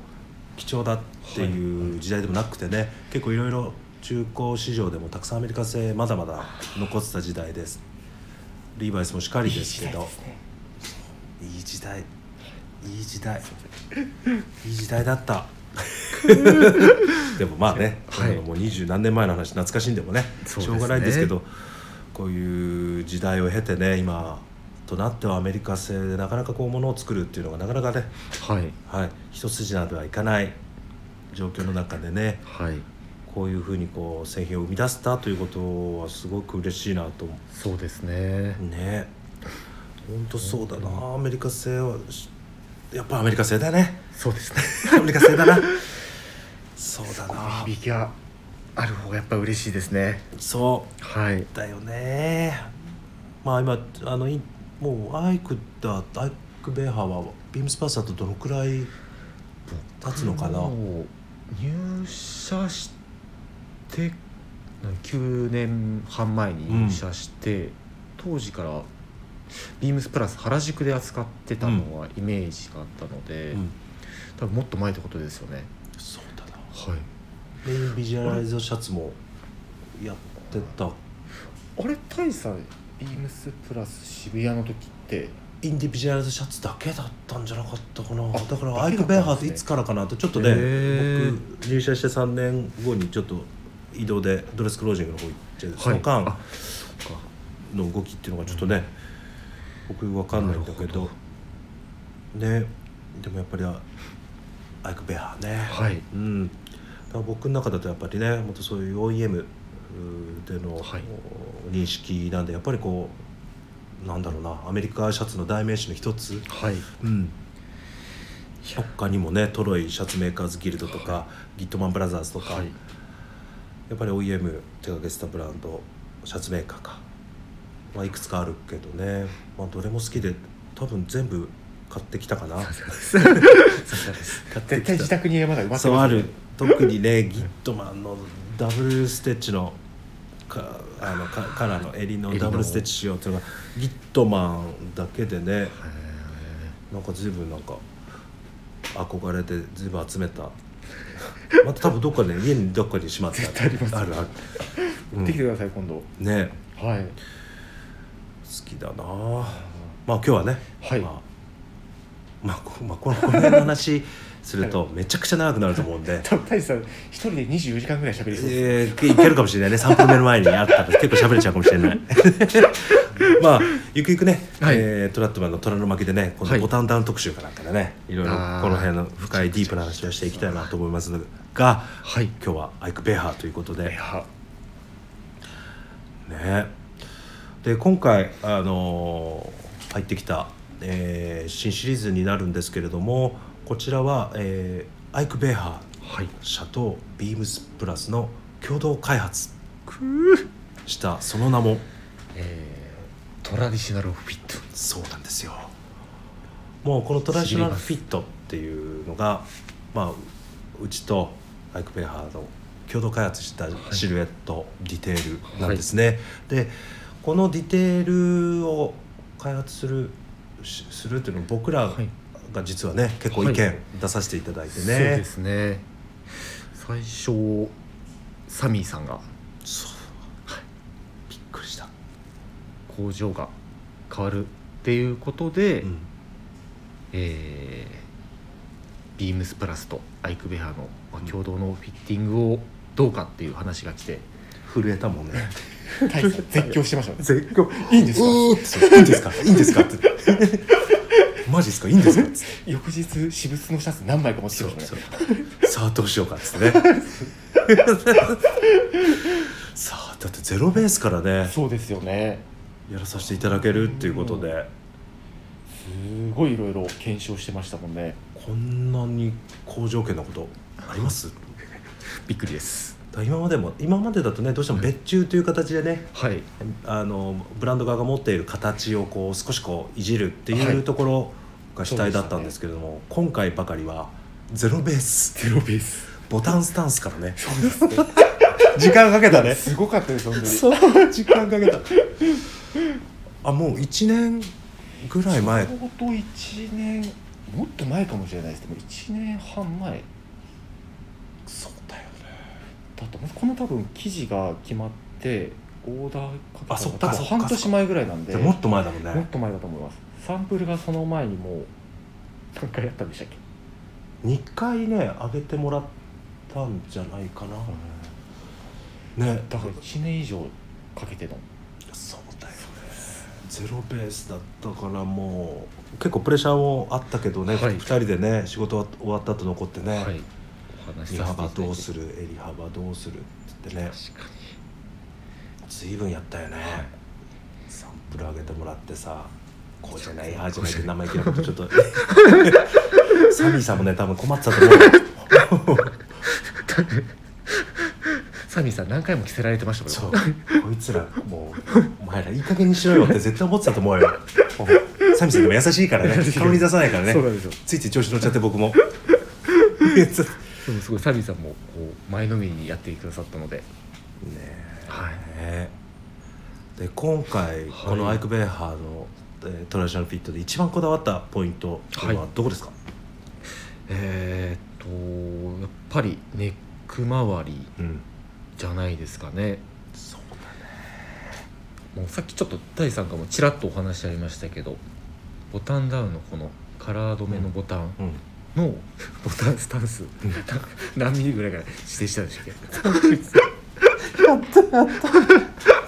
[SPEAKER 1] う貴重だっていう時代でもなくてね、結構いろいろ中古市場でもたくさんアメリカ製まだまだ残ってた時代ですリーバイスもしかりですけどいい時代いい時代いい時代だった でもまあね、
[SPEAKER 2] はい
[SPEAKER 1] もう二十何年前の話懐かしんでもね
[SPEAKER 2] そうですね
[SPEAKER 1] しょうがないですけどこういう時代を経てね今となってはアメリカ製でなかなかこうものを作るっていうのがなかなかね、
[SPEAKER 2] はい
[SPEAKER 1] はい、一筋縄ではいかない状況の中でね
[SPEAKER 2] はい
[SPEAKER 1] こういうふうにこう製品を生み出せたということはすごく嬉しいなと思
[SPEAKER 2] そうですね
[SPEAKER 1] うね本当そうだなアメリカ製はしやっぱアメリカ製だね
[SPEAKER 2] そうですね
[SPEAKER 1] アメリカ製だなそうだ
[SPEAKER 2] こ
[SPEAKER 1] な
[SPEAKER 2] ういう響きがある方がやっぱ嬉しいですね
[SPEAKER 1] そう
[SPEAKER 2] はい
[SPEAKER 1] だよねまあ今あのいもうアイクだアイク・ベーハーはビームスパースだとどのくらい経つのかな
[SPEAKER 2] もう入社して9年半前に入社して、当時からビームスプラス原宿で扱ってたのはイメージがあったので、
[SPEAKER 1] うん
[SPEAKER 2] 多分もっと前ってことですよね
[SPEAKER 1] そうだな
[SPEAKER 2] はい
[SPEAKER 1] メインビジュアライズシャツもやってた
[SPEAKER 2] あれ大佐ビームスプラス渋谷の時って
[SPEAKER 1] インディビジュアライズシャツだけだったんじゃなかったかな
[SPEAKER 2] あ
[SPEAKER 1] だから
[SPEAKER 2] だ
[SPEAKER 1] ア
[SPEAKER 2] け
[SPEAKER 1] イ
[SPEAKER 2] だ
[SPEAKER 1] ク・ベ
[SPEAKER 2] ったんですね
[SPEAKER 1] ーハーっていつからかなってちょっとね
[SPEAKER 2] へ
[SPEAKER 1] 僕
[SPEAKER 2] ー
[SPEAKER 1] 入社して3年後にちょっと移動でドレスクロージングの方行って、その間
[SPEAKER 2] あそっか
[SPEAKER 1] の動きっていうのがちょっとね僕分かんないんだけ
[SPEAKER 2] なる
[SPEAKER 1] ど
[SPEAKER 2] ほ
[SPEAKER 1] ねでもやっぱりあアイク・ベアね、
[SPEAKER 2] はい
[SPEAKER 1] うん、だから僕の中だとやっぱりねもっとそういう OEM での、
[SPEAKER 2] はい
[SPEAKER 1] 認識なんでやっぱりこうなんだろうなアメリカシャツの代名詞の一つ、
[SPEAKER 2] はい
[SPEAKER 1] うん、他にもねトロイシャツメーカーズギルドとか、ギットマンブラザーズとか、
[SPEAKER 2] はい
[SPEAKER 1] やっぱり OEM 手掛けてたブランドシャツメーカーか、まあ、いくつかあるけどね、まあ、どれも好きで多分全部買ってきたかな
[SPEAKER 2] 絶対自宅にまだ埋まって
[SPEAKER 1] そうあ
[SPEAKER 2] ますね
[SPEAKER 1] る特にねギットマンのダブルステッチのかあのかカラーの襟の
[SPEAKER 2] 襟の
[SPEAKER 1] ダブルステッチしようっていうのがギットマンだけでねなんか随分なんか憧れて随分集め たまた多分どっかで、家にどっかにしまってあ
[SPEAKER 2] 絶対あります
[SPEAKER 1] るある
[SPEAKER 2] 持ってきてください今度
[SPEAKER 1] ね
[SPEAKER 2] はい
[SPEAKER 1] 好きだなまあ今日はね、
[SPEAKER 2] はい
[SPEAKER 1] まあ、まあこ まあ、この辺の話するとめちゃくちゃ長くなると思うんで
[SPEAKER 2] 多分大志さん一人で24時間ぐらい喋りそうで
[SPEAKER 1] え
[SPEAKER 2] す、
[SPEAKER 1] ー、いけるかもしれないね3分目の前にあったら結構喋れちゃうかもしれないまあゆくゆくね、
[SPEAKER 2] はい
[SPEAKER 1] えートラットマンの虎の巻でねこ
[SPEAKER 2] は
[SPEAKER 1] の
[SPEAKER 2] い
[SPEAKER 1] ボタンダウン特集かなんかでね、い、ろいろこ
[SPEAKER 2] あー
[SPEAKER 1] の辺の深いディープな話をしていきたいなと思いますが
[SPEAKER 2] はい
[SPEAKER 1] 今日はアイク・ベーハーということで
[SPEAKER 2] いや
[SPEAKER 1] ねで今回、あのー入ってきた、えー新シリーズになるんですけれどもこちらは、えーアイク・ベーハー
[SPEAKER 2] はい
[SPEAKER 1] 社とビームスプラスの共同開発したその名も
[SPEAKER 2] えー、トラディショナルフィット
[SPEAKER 1] そうなんですよもうこのトラディショナルフィットっていうのがまあううちとアイク・ペイハーの共同開発したシルエット、ディテールなんですね、でこのディテールを開発するしするっていうのを僕ら
[SPEAKER 2] はい
[SPEAKER 1] が実はね、結構意
[SPEAKER 2] は
[SPEAKER 1] 見
[SPEAKER 2] い
[SPEAKER 1] 出させていただいて
[SPEAKER 2] そう
[SPEAKER 1] ね、
[SPEAKER 2] ですね最初サミーさんが
[SPEAKER 1] そうびっくりした、
[SPEAKER 2] 工場が変わるっていうことで、
[SPEAKER 1] うん
[SPEAKER 2] えービームスプラスとアイクベハのまあ共同のフィッティングをどうかっていう話が来て
[SPEAKER 1] 震えたもんね
[SPEAKER 2] 大佐絶叫してましたね
[SPEAKER 1] 絶叫
[SPEAKER 2] いいんですか
[SPEAKER 1] うーっていいんですかいいんですかってマジですかいいんですか?」っつって
[SPEAKER 2] 翌日私物のシャツ何枚か持ってき
[SPEAKER 1] そ
[SPEAKER 2] ま
[SPEAKER 1] う
[SPEAKER 2] した
[SPEAKER 1] そ
[SPEAKER 2] ね
[SPEAKER 1] うさあどうしようかっつってね さあだってゼロベースからね
[SPEAKER 2] そうですよね
[SPEAKER 1] やらさせていただけるっていうことで、
[SPEAKER 2] すごいいろいろ検証してましたもんね
[SPEAKER 1] こんなに好条件なことあります
[SPEAKER 2] びっくりです
[SPEAKER 1] だから今までも今までだとねどうしても別注という形でね
[SPEAKER 2] はい
[SPEAKER 1] あのブランド側が持っている形をこう少しこういじるって
[SPEAKER 2] はいいう
[SPEAKER 1] ところが主体だった
[SPEAKER 2] そうでしたね
[SPEAKER 1] んですけれども、今回ばかりはゼロベース
[SPEAKER 2] ゼロベース
[SPEAKER 1] ボタンスタンスからね
[SPEAKER 2] そうですね
[SPEAKER 1] 時間かけたね
[SPEAKER 2] すごかったです本当に
[SPEAKER 1] そう時間かけたあもう1年ぐらい前
[SPEAKER 2] ちょうど1年もっと前かもしれないですでも1年半前
[SPEAKER 1] そうだよね
[SPEAKER 2] だと思うこの多分記事が決まってオーダーかけ
[SPEAKER 1] あ
[SPEAKER 2] た
[SPEAKER 1] そ
[SPEAKER 2] の
[SPEAKER 1] っ
[SPEAKER 2] が
[SPEAKER 1] か
[SPEAKER 2] 多分
[SPEAKER 1] そっか
[SPEAKER 2] 半年前ぐらいなんで
[SPEAKER 1] でもっと前だもん
[SPEAKER 2] もっ
[SPEAKER 1] ね
[SPEAKER 2] と前だと思いますサンプルがその前にもう何回やったんでしたっけ
[SPEAKER 1] 2回ね上げてもらったんじゃないかな、ね
[SPEAKER 2] だから1年以上かけての
[SPEAKER 1] そうだよねゼロベースだったからもう結構プレッシャーもあったけどね、
[SPEAKER 2] は
[SPEAKER 1] 二
[SPEAKER 2] い
[SPEAKER 1] 2人でね仕事終わった後残ってね、
[SPEAKER 2] はいお話し
[SPEAKER 1] 利
[SPEAKER 2] させていただ
[SPEAKER 1] 幅
[SPEAKER 2] いて
[SPEAKER 1] どうする襟幅どうするって言ってね
[SPEAKER 2] 確か
[SPEAKER 1] 随分やったよね、
[SPEAKER 2] い
[SPEAKER 1] サンプル上げてもらってさこうじゃないああじゃ
[SPEAKER 2] こう
[SPEAKER 1] ない
[SPEAKER 2] じ
[SPEAKER 1] っ
[SPEAKER 2] ゃ
[SPEAKER 1] て生意気なこ
[SPEAKER 2] ない
[SPEAKER 1] とちょっ とサミーさんもね多分困ってたと思う
[SPEAKER 2] にサミーさん何回も着せられてましたもん
[SPEAKER 1] そうこいつらもうお前らいい加減にしろよって絶対思ってたと思うよもうサミーさんでも優しいからね顔に出さないからね
[SPEAKER 2] そうなんですよ
[SPEAKER 1] ついつい調子乗っちゃって僕 も
[SPEAKER 2] でもすごいサミーさんもこう前のめりにやってくださったので
[SPEAKER 1] ね
[SPEAKER 2] はい
[SPEAKER 1] えで今回
[SPEAKER 2] はい
[SPEAKER 1] このアイク・ベーハーの、えートラディショナルフィットで一番こだわったポイントっていうのは
[SPEAKER 2] はい
[SPEAKER 1] どこですか、
[SPEAKER 2] えーっとやっぱりネック周り
[SPEAKER 1] うん
[SPEAKER 2] じゃないですかね
[SPEAKER 1] そう
[SPEAKER 2] もうさっきちょっと大地さんからもちらっとお話しありましたけどボタンダウンのこのカラー止めのボタン
[SPEAKER 1] だね
[SPEAKER 2] のボタンスタン ス、
[SPEAKER 1] ん
[SPEAKER 2] な何ミリぐらいから指定したんでしたっけ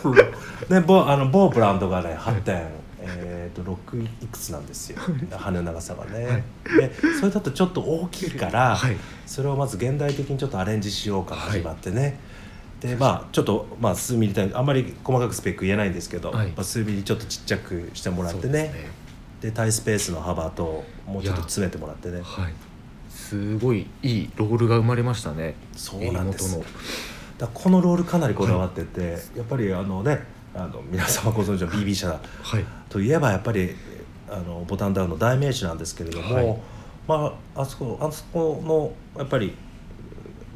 [SPEAKER 1] うん、 で某あの某ブランドがね8点、えー、と6いくつなんですよ羽の長さがね、でそれだとちょっと大きいから、
[SPEAKER 2] はい
[SPEAKER 1] それをまず現代的にちょっとアレンジしようから始まってね、でまあちょっと、まあ、数ミリ単位あんまり細かくスペック言えないんですけど、
[SPEAKER 2] はい
[SPEAKER 1] まあ、数ミリちょっとちっちゃくしてもらっ
[SPEAKER 2] そう
[SPEAKER 1] て
[SPEAKER 2] で
[SPEAKER 1] ね
[SPEAKER 2] すね
[SPEAKER 1] でタイスペースの幅ともうちょっと詰めてもらってね
[SPEAKER 2] はいすごいいいロールが生まれましたね
[SPEAKER 1] そうなんです
[SPEAKER 2] 襟
[SPEAKER 1] だからこのロールかなりこだわってて、やっぱりあのねあの皆様ご存知の BB 社
[SPEAKER 2] 元のはい
[SPEAKER 1] といえばやっぱりあのボタンダウンの代名詞なんですけれども、
[SPEAKER 2] はい
[SPEAKER 1] まあ、あそこあそこのやっぱり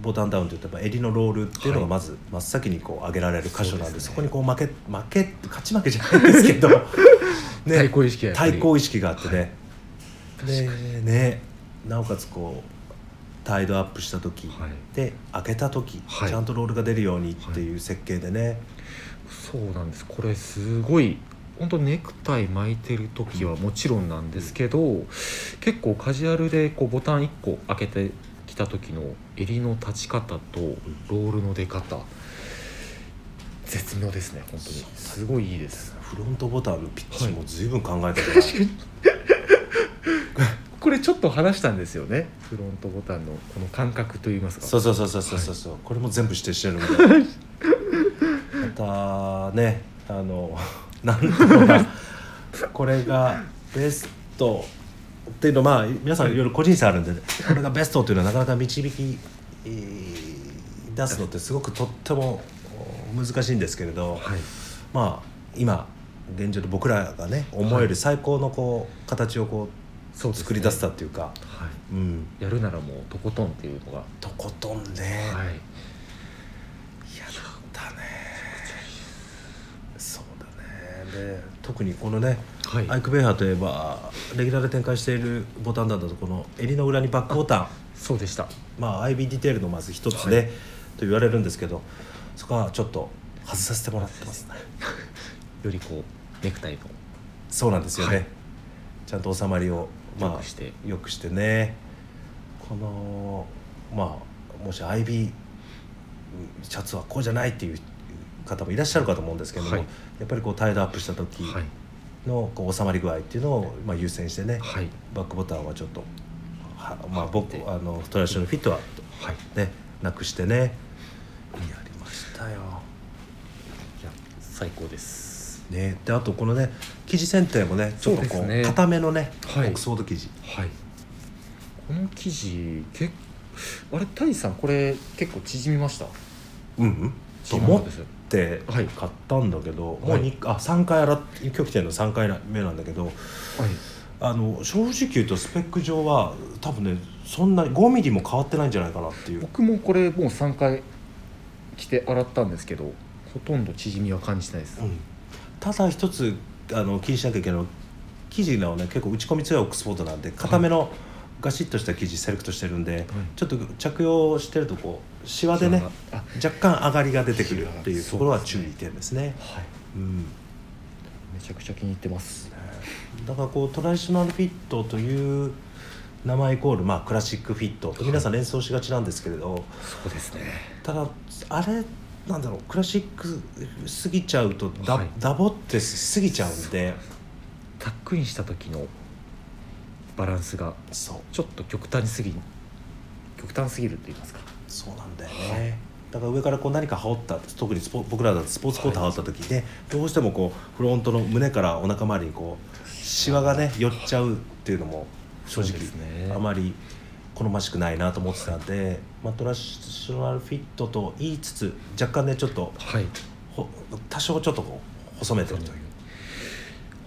[SPEAKER 1] ボタンダウンといったら襟のロールっていうのが
[SPEAKER 2] はい
[SPEAKER 1] まず、真っ先にこう上げられる箇所なんでそ
[SPEAKER 2] そうですね
[SPEAKER 1] こにこう負け負け勝ち負けじゃないですけ ど、ね、
[SPEAKER 2] 対抗意識がやっぱり
[SPEAKER 1] 対抗意識があってね,、
[SPEAKER 2] 確
[SPEAKER 1] で
[SPEAKER 2] かに
[SPEAKER 1] ねなおかつこうタイドアップした時、
[SPEAKER 2] はい
[SPEAKER 1] で開けた時、
[SPEAKER 2] はい
[SPEAKER 1] ちゃんとロールが出るようにっていう設計でね、
[SPEAKER 2] そうなんですこれすごい本当ネクタイ巻いてる時はもちろんなんですけど、結構カジュアルでこうボタン1個開けてきた時の襟の立ち方とロールの出方絶妙ですね本当にすごいいいです
[SPEAKER 1] フロントボタンのピッチ
[SPEAKER 2] はい
[SPEAKER 1] も随分考えてた、
[SPEAKER 2] これちょっと話したんですよねフロントボタンのこの感覚といいますか
[SPEAKER 1] そうそうそうそうそうそうそう、これも全部指定してるのでまたねあ のなんとかこれがベストっていうのまあ皆さんいろいろ個人差あるんで、ね、これがベストっていうのはなかなか導きえー出すのってすごくとってもお難しいんですけれど、
[SPEAKER 2] はい
[SPEAKER 1] まあ今現状で僕らがね思える最高のこう形をこ
[SPEAKER 2] そう
[SPEAKER 1] う
[SPEAKER 2] ですね
[SPEAKER 1] 作り出せたっていうか
[SPEAKER 2] は
[SPEAKER 1] うん
[SPEAKER 2] い、やるならもうとことんっていうのが、
[SPEAKER 1] とことんね、
[SPEAKER 2] はい
[SPEAKER 1] やったねそうだねで特にこのね、
[SPEAKER 2] はい
[SPEAKER 1] アイク・ベイハーといえばレギュラーで展開しているボタンなんだとこの襟の裏にバックボタン
[SPEAKER 2] そうでした
[SPEAKER 1] まあ IB ディテールのまず一つね、
[SPEAKER 2] はい
[SPEAKER 1] と言われるんですけどそこはちょっと外させてもらってますね
[SPEAKER 2] よりこうネクタイの
[SPEAKER 1] そうなんですよね、
[SPEAKER 2] はい
[SPEAKER 1] ちゃんと収まりを、まあ、
[SPEAKER 2] 良くして
[SPEAKER 1] よくしてねこのまあもし IB シャツはこうじゃないっていう方もいらっしゃるかと思うんですけども、
[SPEAKER 2] はい
[SPEAKER 1] やっぱりこうタイドアップした時、
[SPEAKER 2] はい
[SPEAKER 1] のこう収まり具合っていうのをまあ優先してね、
[SPEAKER 2] はい
[SPEAKER 1] バックボタンはちょっとはまあ
[SPEAKER 2] は
[SPEAKER 1] 僕
[SPEAKER 2] で
[SPEAKER 1] あのトラッシュのフィットは
[SPEAKER 2] はい
[SPEAKER 1] ねなくしてねやりましたよ。
[SPEAKER 2] いや最高です
[SPEAKER 1] ね、であとこのね生地選定もねちょっと
[SPEAKER 2] そう
[SPEAKER 1] こ
[SPEAKER 2] です
[SPEAKER 1] う
[SPEAKER 2] ね
[SPEAKER 1] 硬めのねオ
[SPEAKER 2] はい
[SPEAKER 1] ックスフォード生地
[SPEAKER 2] はいこの生地結あれタイさんこれ結構縮みました
[SPEAKER 1] うんうんと
[SPEAKER 2] 縮ま
[SPEAKER 1] 思
[SPEAKER 2] っ
[SPEAKER 1] った
[SPEAKER 2] です
[SPEAKER 1] て
[SPEAKER 2] はい
[SPEAKER 1] 買ったんだけど、も
[SPEAKER 2] は
[SPEAKER 1] う
[SPEAKER 2] い
[SPEAKER 1] にあ3回洗って今日来てるの3回目なんだけど
[SPEAKER 2] はい
[SPEAKER 1] あの正直言うとスペック上は多分ねそんなに5ミリも変わってないんじゃないかなっていう
[SPEAKER 2] 僕もこれもう3回着て洗ったんですけどほとんど縮みは感じないです、
[SPEAKER 1] うんただ一つあの気にしなきゃいけないのは生地のね結構打ち込み強いオックスフォードなんで硬めのガシッとした生地セレクトしてるんで、ちょっと着用してるとこうシワでね
[SPEAKER 2] あ
[SPEAKER 1] 若干上がりが出てくるっていうところは
[SPEAKER 2] そ
[SPEAKER 1] 注
[SPEAKER 2] う
[SPEAKER 1] 意
[SPEAKER 2] ですね
[SPEAKER 1] 点ですね。
[SPEAKER 2] はい
[SPEAKER 1] うん
[SPEAKER 2] めちゃくちゃ気に入ってます
[SPEAKER 1] だからこうトラディショナルフィットという名前イコール、まあ、クラシックフィットと皆さん連想しがちなんですけれど、
[SPEAKER 2] そうですね
[SPEAKER 1] ただあれなんだろうクラシック過ぎちゃうとだ、
[SPEAKER 2] はい
[SPEAKER 1] ダボって過ぎちゃうんで
[SPEAKER 2] タックインした時のバランスが
[SPEAKER 1] そう
[SPEAKER 2] ちょっと極端すぎ極端すぎると言いますか
[SPEAKER 1] そうなんだよね、だから上からこう何か羽織った特にスポ僕らだとスポーツコート羽織った時ね、どうしてもこうフロントの胸からお腹周りにこうシワがね寄っちゃうっていうのも正
[SPEAKER 2] そうですね
[SPEAKER 1] 直あまり好ましくないなと思ってたんで、まあ、トラッショナルフィットと言いつつ若干ねちょっと
[SPEAKER 2] はい
[SPEAKER 1] ほ多少ちょっとこう細めてるという。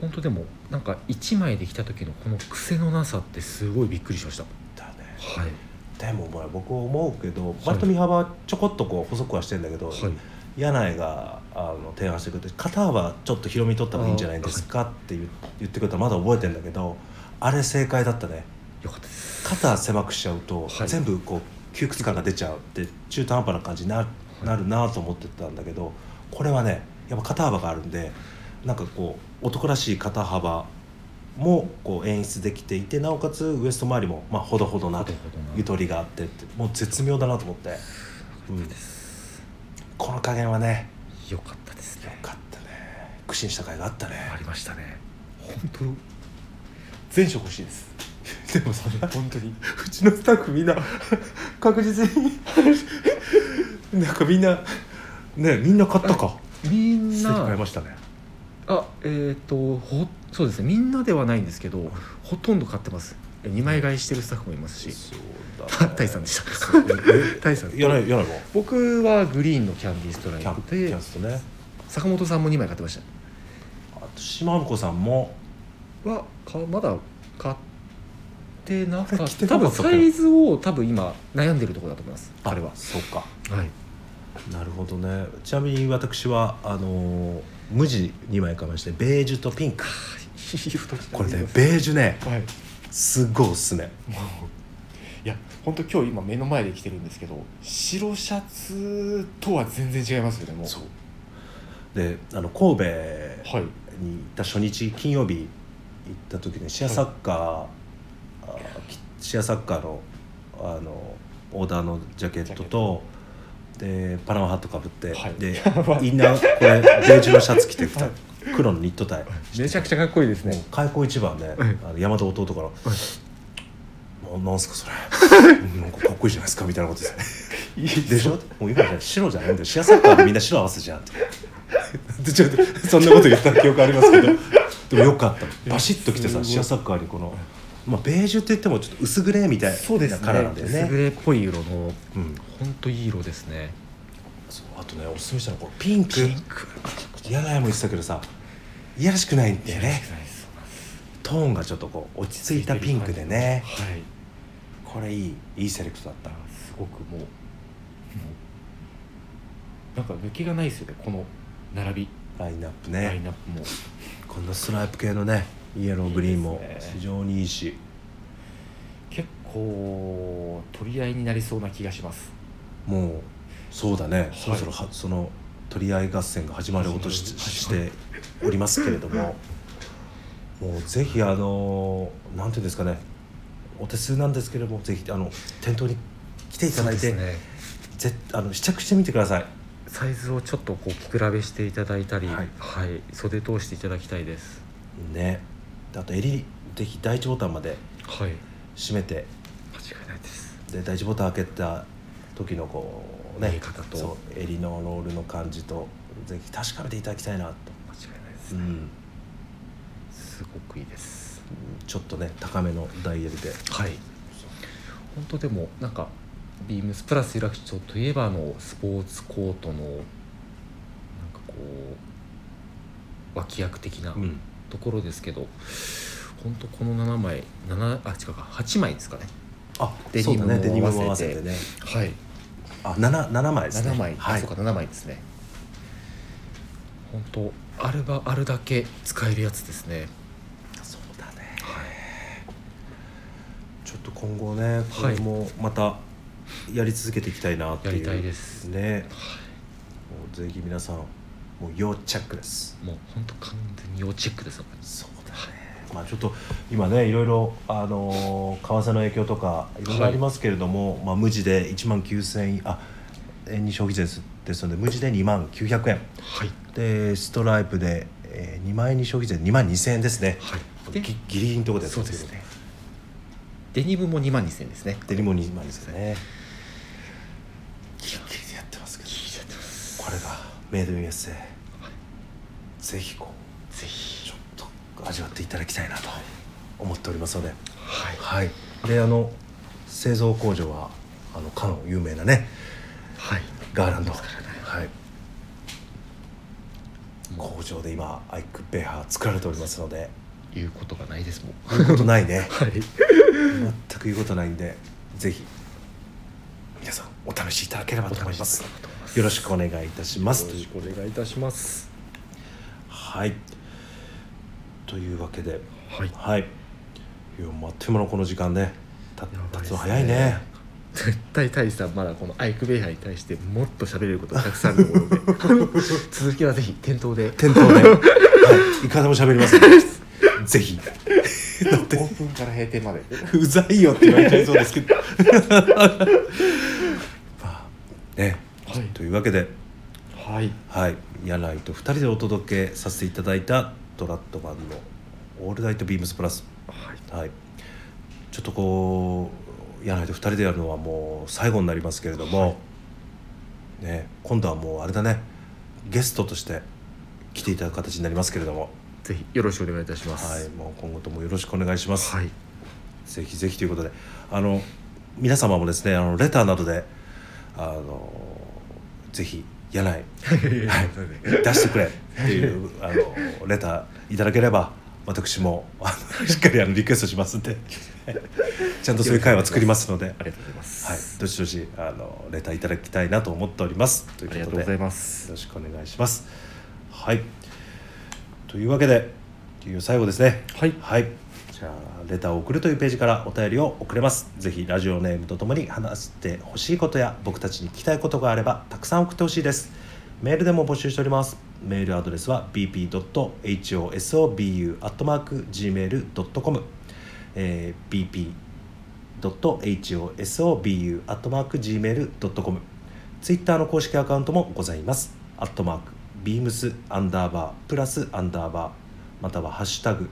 [SPEAKER 2] 本当でもなんか1枚できた時のこの癖のなさってすごいびっくりしました
[SPEAKER 1] だね
[SPEAKER 2] はい
[SPEAKER 1] でもまあ僕思うけど割と身幅ちょこっとこう細くはしてんだけど、
[SPEAKER 2] はい
[SPEAKER 1] 柳井があの提案してくれて「肩はちょっと広めに取った方がいいんじゃないですか」って言う言ってくれたのまだ覚えてんだけどあれ正解だったね
[SPEAKER 2] よかったです
[SPEAKER 1] 肩狭くしちゃうと、
[SPEAKER 2] はい
[SPEAKER 1] 全部こう窮屈感が出ちゃうって中途半端な感じにななるなと思ってたんだけどこれはねやっぱ肩幅があるんでなんかこう男らしい肩幅もこう演出できていてなおかつウエスト周りもまあほどほどな
[SPEAKER 2] ほどほどな
[SPEAKER 1] ゆとりがあってってもう絶妙だなと思って、うんこの加減はね
[SPEAKER 2] よかったですね
[SPEAKER 1] 勝ったね苦心した甲斐があったね
[SPEAKER 2] ありましたね本当全色欲しいです
[SPEAKER 1] でもさ
[SPEAKER 2] 本当に
[SPEAKER 1] うちのスタッフみんな 確実に なんかみんなねみんな買ったか
[SPEAKER 2] みん
[SPEAKER 1] ステーキ買い
[SPEAKER 2] な
[SPEAKER 1] ましたね
[SPEAKER 2] あえっ、とほそうですねみんなではないんですけどほとんど買ってます2枚買いしてるスタッフもいますし
[SPEAKER 1] そう
[SPEAKER 2] たタイさんでした
[SPEAKER 1] え
[SPEAKER 2] タイさ ん
[SPEAKER 1] やらないやらないも
[SPEAKER 2] 僕はグリーンのキャンディーストライ
[SPEAKER 1] キャン
[SPEAKER 2] ク
[SPEAKER 1] プキ
[SPEAKER 2] で
[SPEAKER 1] ャンスとね
[SPEAKER 2] 坂本さんも2枚買ってまし
[SPEAKER 1] あと島婿さんも
[SPEAKER 2] たはかまだ買ってなか
[SPEAKER 1] あ
[SPEAKER 2] っ
[SPEAKER 1] れ着て
[SPEAKER 2] た
[SPEAKER 1] なか
[SPEAKER 2] 多
[SPEAKER 1] った
[SPEAKER 2] 分サイズを多分今悩んでるところだと思いますあれは
[SPEAKER 1] そうか
[SPEAKER 2] はい
[SPEAKER 1] なるほどねちなみに私はあのー無地2枚買いましてベージュとピンクこれねベージュね
[SPEAKER 2] はい
[SPEAKER 1] すっごいおすすめ
[SPEAKER 2] いや本当今日今目の前で着てるんですけど白シャツとは全然違いますよねもう
[SPEAKER 1] そうであの神戸
[SPEAKER 2] はい
[SPEAKER 1] に行った初日金曜日行った時にシェアサッカー、あきシェアサッカーのあのオーダーのジャケットとでパナマハットかぶって、
[SPEAKER 2] はい
[SPEAKER 1] で
[SPEAKER 2] やばい
[SPEAKER 1] インナーこれベージュのシャツ着てきた
[SPEAKER 2] はい
[SPEAKER 1] 黒のニットタイ
[SPEAKER 2] めちゃくちゃかっこいいです
[SPEAKER 1] もう
[SPEAKER 2] ね
[SPEAKER 1] 開口一番ね、
[SPEAKER 2] はい
[SPEAKER 1] あの山田弟から「ななんすかそ れなんかかっこいいじゃないですか」み たいなことですね
[SPEAKER 2] いい
[SPEAKER 1] でしょもう今じゃ白じゃないんだよシアサッカーでみんな白合わせじゃんって でちょっとそんなこと言った記憶ありますけど でもよかったバシッときて
[SPEAKER 2] すご
[SPEAKER 1] さ
[SPEAKER 2] い
[SPEAKER 1] シアサッカーにこの、まあ、ベージュって言ってもちょっと薄グレーみたい
[SPEAKER 2] そうです
[SPEAKER 1] な
[SPEAKER 2] ね
[SPEAKER 1] カラーなんだよね
[SPEAKER 2] 薄グレーっぽい色の
[SPEAKER 1] うん、
[SPEAKER 2] 本当いい色ですね
[SPEAKER 1] そうあとねおすすめしたのはこのピンク
[SPEAKER 2] ピンク
[SPEAKER 1] 嫌なやも言ってたけどさいやらしくないんだよねトーンがちょっとこう落ち着いたピンクでね
[SPEAKER 2] はい
[SPEAKER 1] これいいいいセレクトだった
[SPEAKER 2] すごくもうもうなんか抜けがないですよねこの並び
[SPEAKER 1] ラインナップ
[SPEAKER 2] ライ
[SPEAKER 1] ね
[SPEAKER 2] ンナップも
[SPEAKER 1] このストライプ系のねイエローグリーンも
[SPEAKER 2] いいですね
[SPEAKER 1] 非常にいいし
[SPEAKER 2] 結構取り合いになりそうな気がします
[SPEAKER 1] もうそうだね、
[SPEAKER 2] い
[SPEAKER 1] そろそろはその取り合い合戦が始まろうとし
[SPEAKER 2] 始まる
[SPEAKER 1] しておりますけれどももうぜひあのなんていうんですかねお手数なんですけれどもぜひあの店頭に来ていただいて、
[SPEAKER 2] ね
[SPEAKER 1] ぜあの試着してみてください
[SPEAKER 2] サイズをちょっとこう着比べしていただいたり
[SPEAKER 1] はい
[SPEAKER 2] はい、袖通していただきたいです
[SPEAKER 1] ねであと襟でき第一ボタンまで
[SPEAKER 2] はい
[SPEAKER 1] 閉めて
[SPEAKER 2] 間違いないです
[SPEAKER 1] で第一ボタン開けた時のこう
[SPEAKER 2] 見
[SPEAKER 1] ね
[SPEAKER 2] え方と
[SPEAKER 1] そう襟のロールの感じとぜひ確かめていただきたいなと、
[SPEAKER 2] 間違いないです、
[SPEAKER 1] うん、
[SPEAKER 2] すごくいいです
[SPEAKER 1] ちょっとね高めのダイヤルで
[SPEAKER 2] はい本当でもなんかビームスプラス有楽町といえばあのスポーツコートのなんかこう脇役的な
[SPEAKER 1] うん
[SPEAKER 2] ところですけど、本当この7枚7あ違うか8枚ですかね
[SPEAKER 1] あ
[SPEAKER 2] デ
[SPEAKER 1] そ
[SPEAKER 2] ニ
[SPEAKER 1] う
[SPEAKER 2] ム
[SPEAKER 1] だ
[SPEAKER 2] も
[SPEAKER 1] ねデニムも合
[SPEAKER 2] 合
[SPEAKER 1] わ
[SPEAKER 2] わ
[SPEAKER 1] せ
[SPEAKER 2] せて
[SPEAKER 1] てね
[SPEAKER 2] はい
[SPEAKER 1] あ七七枚ですね
[SPEAKER 2] 7枚、
[SPEAKER 1] は
[SPEAKER 2] あ
[SPEAKER 1] い
[SPEAKER 2] そうか7枚ですね本当あればあるだけ使えるやつですね
[SPEAKER 1] そうだね
[SPEAKER 2] はい
[SPEAKER 1] ちょっと今後ねこれもまたやり続けていきたいなっていう
[SPEAKER 2] やりたいです
[SPEAKER 1] ねもうぜひ皆さんもう要チェックです
[SPEAKER 2] もう本当完全に要チェックですよこれ
[SPEAKER 1] そうだねまあちょっと今ねいろいろあのー為替の影響とかいろいろありますけれども、まあ無地で1万9000円あ円に消費税ですので無地で2万900円
[SPEAKER 2] はい
[SPEAKER 1] でストライプで、え2万円に消費税2万2000円ですね、
[SPEAKER 2] はい
[SPEAKER 1] ぎ
[SPEAKER 2] で
[SPEAKER 1] ギリギリのところです
[SPEAKER 2] そうですねデニムも2万2000円ですね
[SPEAKER 1] デニム2万ですねギリギリでやってますけど
[SPEAKER 2] ちゃってます
[SPEAKER 1] これがメイドイン USA ぜひこう
[SPEAKER 2] ぜ
[SPEAKER 1] ち
[SPEAKER 2] ひ
[SPEAKER 1] ょっと味わっていただきたいなと思っておりますので
[SPEAKER 2] はい
[SPEAKER 1] はいであの製造工場はあのかの有名なね
[SPEAKER 2] はい
[SPEAKER 1] ガーランド、
[SPEAKER 2] わからない
[SPEAKER 1] はい、工場で今アイク・ベハー作られておりますので
[SPEAKER 2] 言うことがないですもん
[SPEAKER 1] 言うことない ね
[SPEAKER 2] はい
[SPEAKER 1] 全く言うことないんでぜひ皆さんお試しいただければと思いますよろしくお願いいたします
[SPEAKER 2] よろしくお願いいたします
[SPEAKER 1] はいというわけで
[SPEAKER 2] はい
[SPEAKER 1] はい。いや、待ってものこの時間ね。た、
[SPEAKER 2] やばいです
[SPEAKER 1] 経つの
[SPEAKER 2] ね
[SPEAKER 1] 早いね。
[SPEAKER 2] 絶対大志さんまだこのアイク・ベイハーに対してもっと喋れることたくさんあると思うので続きはぜひ店頭で
[SPEAKER 1] 店頭で。はい、いかでも喋りますので。 ぜひ。だっ
[SPEAKER 2] オ
[SPEAKER 1] て、
[SPEAKER 2] ープンから閉店まで
[SPEAKER 1] うざいよって言われちゃいそうですけ ど。まあ、ね、
[SPEAKER 2] はい
[SPEAKER 1] というわけで、
[SPEAKER 2] はい
[SPEAKER 1] はい、柳井と二人でお届けさせていただいた。ドラットマンの。オールナイトビームスプラス。
[SPEAKER 2] はい
[SPEAKER 1] はい。ちょっとこう柳井と2人でやるのはもう最後になりますけれども、ね、今度はもうあれだねゲストとして来ていただく形になりますけれども、
[SPEAKER 2] ぜひよろしくお願いいたしま
[SPEAKER 1] はい、
[SPEAKER 2] す
[SPEAKER 1] もう今後ともよろしくお願いします。
[SPEAKER 2] はい
[SPEAKER 1] ぜひぜひということであの皆様もですねあのレターなどであのぜひ 柳井はい出してくれっていうあのレターいただければ私もあのしっかりあのリクエストしますんで ちゃんとそういう会話作りますので、はい
[SPEAKER 2] ありがとうございます、
[SPEAKER 1] どしどしあのレターいただきたいなと思っておりますという
[SPEAKER 2] ありが
[SPEAKER 1] こととで
[SPEAKER 2] うござい
[SPEAKER 1] よ
[SPEAKER 2] ます
[SPEAKER 1] ろしくお願いします。はいというわけでという最後ですね
[SPEAKER 2] はい
[SPEAKER 1] はい。じゃあ、レターを送るというページからお便りを送れます。ぜひ、ラジオネームとともに話してほしいことや、僕たちに聞きたいことがあれば、たくさん送ってほしいです。メールでも募集しております。メールアドレスは bp.hosobu.gmail.com、えー、bp.hosobu.gmail.com ツイッターの公式アカウントもございます。アットマーク、ビームスアンダーバー、プラスアンダーバー、またはハッシュタグ、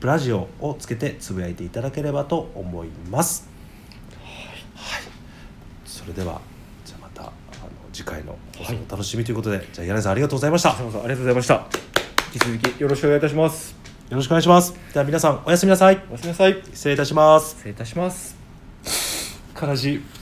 [SPEAKER 1] プラジオをつけてつぶやいていただければと思います。はい、それでは、じゃあまたあの次回の放送をお楽しみということで、じゃあ柳井さんありがとうございました。
[SPEAKER 2] あり
[SPEAKER 1] よ
[SPEAKER 2] がとうございました引き続きよろしくお願いいたします
[SPEAKER 1] ろしくお願いします。では皆さんおやすみなさい。
[SPEAKER 2] おやすみなさい
[SPEAKER 1] 失礼いたします。
[SPEAKER 2] 失礼いたします
[SPEAKER 1] 悲しい。